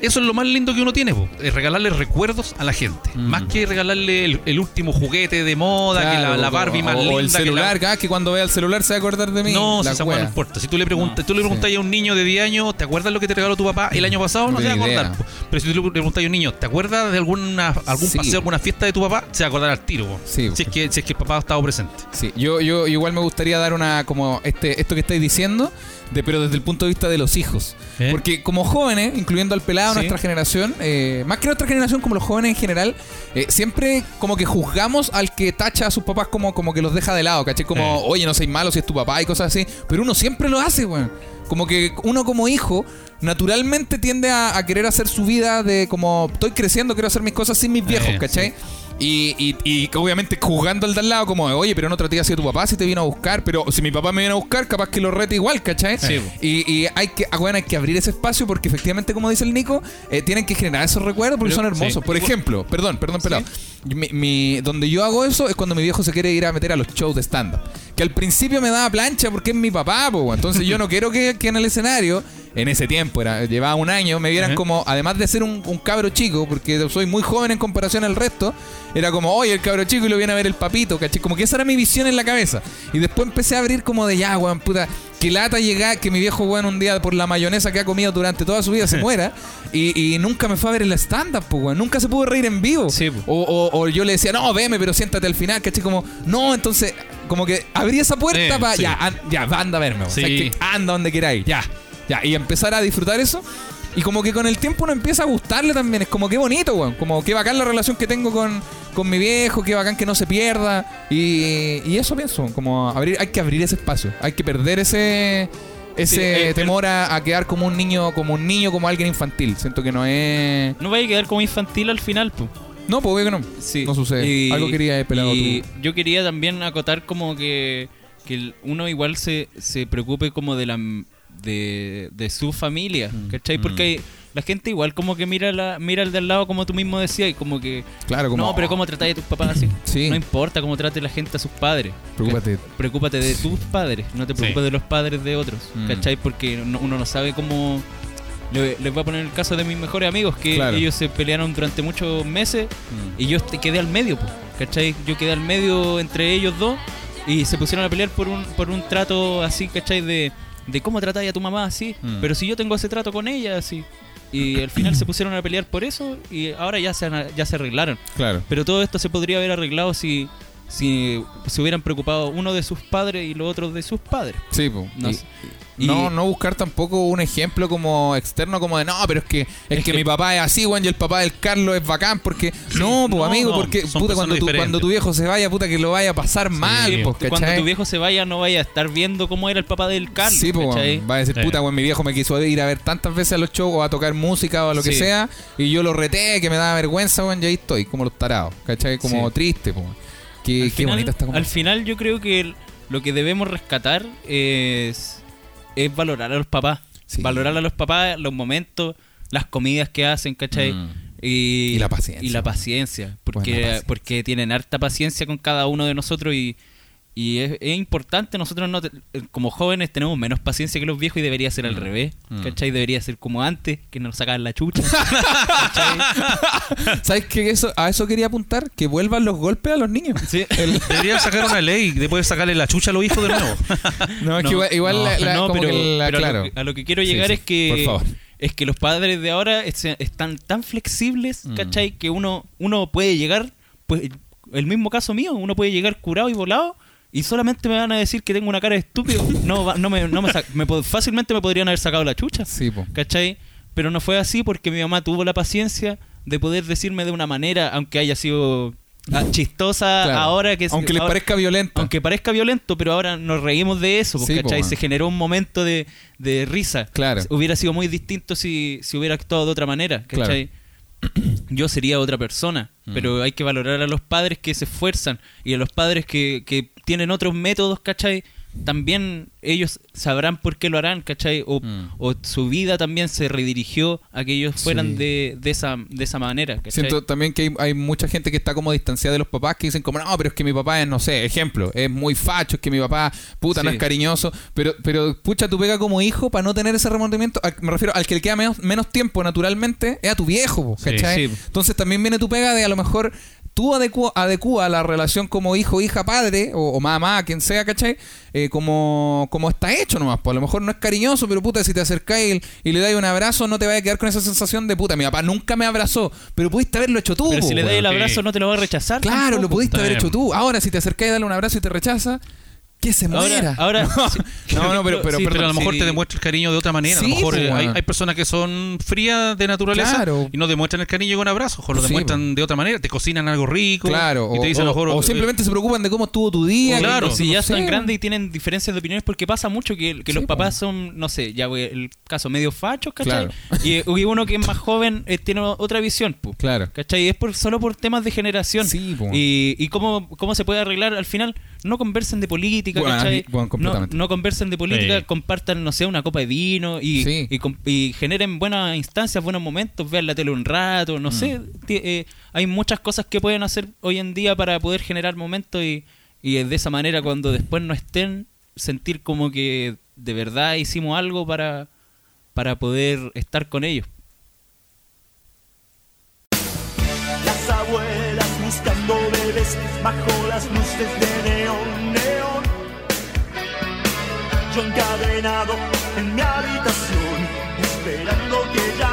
Eso es lo más lindo que uno tiene, po, es regalarle recuerdos a la gente. Mm. Más que regalarle el, el último juguete de moda, que la- Claro, la, Barbie o- más o linda. el que la- celular, que, ah, que cuando vea el celular se va a acordar de mí. no, La si esa weá wea. no importa. Si tú le preguntas, tú le preguntas a un niño de 10 años, ¿te acuerdas lo que te regaló tu papá el año pasado? No se Ni va a acordar. idea. po. Pero si tú le preguntas a un niño, ¿te acuerdas de alguna, algún Sí. paseo, alguna fiesta de tu papá? Se va a acordar al tiro, po. Sí, po. si, es que, si es que el papá ha estado presente. Sí, yo, yo igual me gustaría dar una como este esto que estáis diciendo, de, pero desde el punto de vista de los hijos. ¿Eh? Porque como jóvenes, incluyendo al pelado, Sí. nuestra generación, eh, más que nuestra generación, como los jóvenes en general, eh, siempre como que juzgamos al que tacha a sus papás como, como que los deja de lado, ¿caché? Como, Eh. oye, no sois malo si es tu papá y cosas así. Pero uno siempre lo hace, weón. Como que uno como hijo naturalmente tiende a, a querer hacer su vida de como estoy creciendo, quiero hacer mis cosas sin mis viejos, Eh, ¿cachai? Y, y, y que obviamente juzgando al de al lado como, oye, pero no traté así a tu papá si te vino a buscar, pero si mi papá me viene a buscar, capaz que lo rete igual, ¿cachai? Sí, po. Y, y hay, que, ah, bueno, hay que abrir ese espacio porque efectivamente, como dice el Nico, eh, tienen que generar esos recuerdos porque Pero- son hermosos. sí. Por ejemplo, perdón, perdón, pelado. Mi- mi- donde yo hago eso es cuando mi viejo se quiere ir a meter a los shows de stand-up. Que al principio me daba plancha porque es mi papá, po, weón. entonces yo no quiero que, que en el escenario, en ese tiempo, era, llevaba un año, me vieran Ajá. como, además de ser un, un cabro chico, porque soy muy joven en comparación al resto, era como, oye, el cabro chico y lo viene a ver el papito, ¿cachai? Como que esa era mi visión en la cabeza. Y después empecé a abrir como de ya, weón, puta, que lata llegar, que mi viejo, weón, un día por la mayonesa que ha comido durante toda su vida se muera. Y, y nunca me fue a ver el stand-up, po, weón. Nunca se pudo reír en vivo. Sí, po. O, o- o yo le decía, no, veme, pero siéntate al final, ¿cachai? Como, no, entonces, como que abrí esa puerta Eh, para, sí. ya, an- ya, anda a verme, weón. O sea, Sí. que anda donde queráis, ya, ya. Y empezar a disfrutar eso. Y como que con el tiempo uno empieza a gustarle también. Es como, qué bonito, weón. Como, qué bacán la relación que tengo con, con mi viejo, qué bacán que no se pierda. Y, y eso pienso, como abrir, hay que abrir ese espacio. Hay que perder ese... Ese Sí, eh, el- temor a, a quedar como un niño, como un niño, como alguien infantil. Siento que no es. No vaya a quedar como infantil al final, pues. No, pues obvio que no. Sí. No sucede. Y- Algo quería haber pelado y tú. Yo quería también acotar como que, que el- uno igual Mm. se, se preocupe como de la de, de su familia, ¿cachai? Porque hay- la gente igual como que mira la mira al del lado como tú mismo decías y como que Claro, como- no, pero cómo tratáis a tus papás así. Sí. No importa cómo trate la gente a sus padres. Preocúpate. Ca- Preocúpate de tus padres, no te preocupes de los padres de otros, Mm. ¿cachai? Porque no- uno no sabe cómo le- les voy a poner el caso de mis mejores amigos que Claro. ellos se pelearon durante muchos meses Mm. y yo este- quedé al medio, po, ¿cachai? Yo quedé al medio entre ellos dos y se pusieron a pelear por un, por un trato así, ¿cachai? De, de cómo tratáis a tu mamá así, Mm. pero si yo tengo ese trato con ella así. Y al final se pusieron a pelear por eso y ahora ya se, han- ya se arreglaron. Claro. Pero todo esto se podría haber arreglado si, si se hubieran preocupado uno de sus padres y los otros de sus padres. Sí, po. No Y- sé. Y- No, no buscar tampoco un ejemplo como externo, como de no, pero es que es, que, mi papá es así, weón, y el papá del Carlos es bacán, porque no, pues no, amigo, no, porque son puta, cuando personas tu, diferentes. cuando tu viejo se vaya, puta, que lo vaya a pasar mal, pues, ¿cachai? Cuando tu viejo se vaya, no vaya a estar viendo cómo era el papá del Carlos. Sí, pues, ¿cachai? va a decir, Sí. puta, weón, mi viejo me quiso ir a ver tantas veces a los shows o a tocar música o a lo que Sí. sea, y yo lo reté, que me daba vergüenza, weón, y ahí estoy, como los tarados, ¿cachai? Como Sí. triste, pues. Qué, al, qué final, bonita esta al conversación. final yo creo que el- lo que debemos rescatar es, es valorar a los papás. Sí. Valorar a los papás, los momentos, las comidas que hacen, ¿cachai? Mm. Y, Y la paciencia. Y la paciencia. Porque, Buena paciencia. porque tienen harta paciencia con cada uno de nosotros y, y es, es importante. Nosotros no te- eh, como jóvenes tenemos menos paciencia que los viejos y debería ser Mm. al revés, ¿cachai? Debería ser como antes, que nos sacaban la chucha. ¿Sabes qué? Eso, a eso quería apuntar, que vuelvan los golpes a los niños. Sí. El- Deberían sacar una ley de poder sacarle la chucha a los hijos de nuevo. No, es que igual, igual no, la, la- no, como pero, que la- pero a, claro. lo que, a lo que quiero Sí, llegar sí. es que Por favor. es que los padres de ahora es- están tan flexibles, Mm. ¿cachai? Que uno uno puede llegar pues el mismo caso mío, uno puede llegar curado y volado y solamente me van a decir que tengo una cara de estúpido. No, va- no me, no me sa- me po- fácilmente me podrían haber sacado la chucha. Sí, po. ¿Cachai? Pero no fue así porque mi mamá tuvo la paciencia de poder decirme de una manera, aunque haya sido ah, chistosa Claro. ahora que Aunque les ahora- parezca violento. aunque parezca violento, pero ahora nos reímos de eso, pues, Sí, po, ¿cachai? man. Se generó un momento de, de risa. Claro. Hubiera sido muy distinto si, si hubiera actuado de otra manera, ¿cachai? Yo sería otra persona, Mm. pero hay que valorar a los padres que se esfuerzan y a los padres que, que tienen otros métodos, ¿cachai? También ellos sabrán por qué lo harán, ¿cachai? O, Mm. o su vida también se redirigió a que ellos fueran Sí. de, de esa, de esa manera, ¿cachai? Siento también que hay, hay mucha gente que está como distanciada de los papás que dicen como, no, pero es que mi papá es, no sé, ejemplo, es muy facho, es que mi papá, puta, no Sí. es cariñoso, pero, pero pucha, tu pega como hijo para no tener ese remordimiento, al- me refiero al que le queda menos, menos tiempo naturalmente, es a tu viejo, po, ¿cachai? sí. Entonces también viene tu pega de a lo mejor tú adecu- adecua la relación como hijo, hija, padre o, o mamá, quien sea, ¿cachai? Eh, como, como está hecho nomás, pues a lo mejor no es cariñoso, pero puta, si te acercáis y, y le dais un abrazo, no te vayas a quedar con esa sensación de puta, mi papá nunca me abrazó, pero pudiste haberlo hecho tú. pero si po, le das el weón. bueno, abrazo sí. no te lo va a rechazar. Claro, lo tampoco. pudiste haber Está hecho bien. tú. Ahora, si te acercáis y dale un abrazo y te rechaza, que se muera. Ahora, ahora No, no, pero- pero- Sí, perdón, pero a lo mejor sí. te demuestra el cariño de otra manera. a Sí, lo mejor po, eh, hay, weón. hay personas que son frías de naturaleza Claro. y no demuestran el cariño con abrazos, o lo Sí, demuestran de otra manera. Te cocinan algo rico Claro, y o, te dicen a lo o- mejor. o eh, simplemente se preocupan de cómo estuvo tu día. Claro. Claro, si ya no sé, están weón. grandes y tienen diferencias de opiniones, porque pasa mucho que, Sí, que los po. papás son, no sé, ya güey, el caso medio fachos, ¿cachai? Claro. Y, eh, y uno que es más joven eh, tiene otra visión, pu, Claro. ¿cachai? Es por, solo por temas de generación. Sí, po. y y cómo, cómo se puede arreglar al final, no conversen de política, Bueno, ¿cachai? ahí- bueno, no, completamente. no conversen de política, Sí. compartan, no sé, una copa de vino y, Sí. y com- y generen buenas instancias, buenos momentos, vean la tele un rato, Mm. no sé. ti- eh, hay muchas cosas que pueden hacer hoy en día para poder generar momentos y, y de esa manera cuando después no estén, sentir como que de verdad hicimos algo para, para poder estar con ellos. Las abuelas buscando bebés bajo las luces de neón, neón. Yo encadenado en mi habitación, esperando que Oh,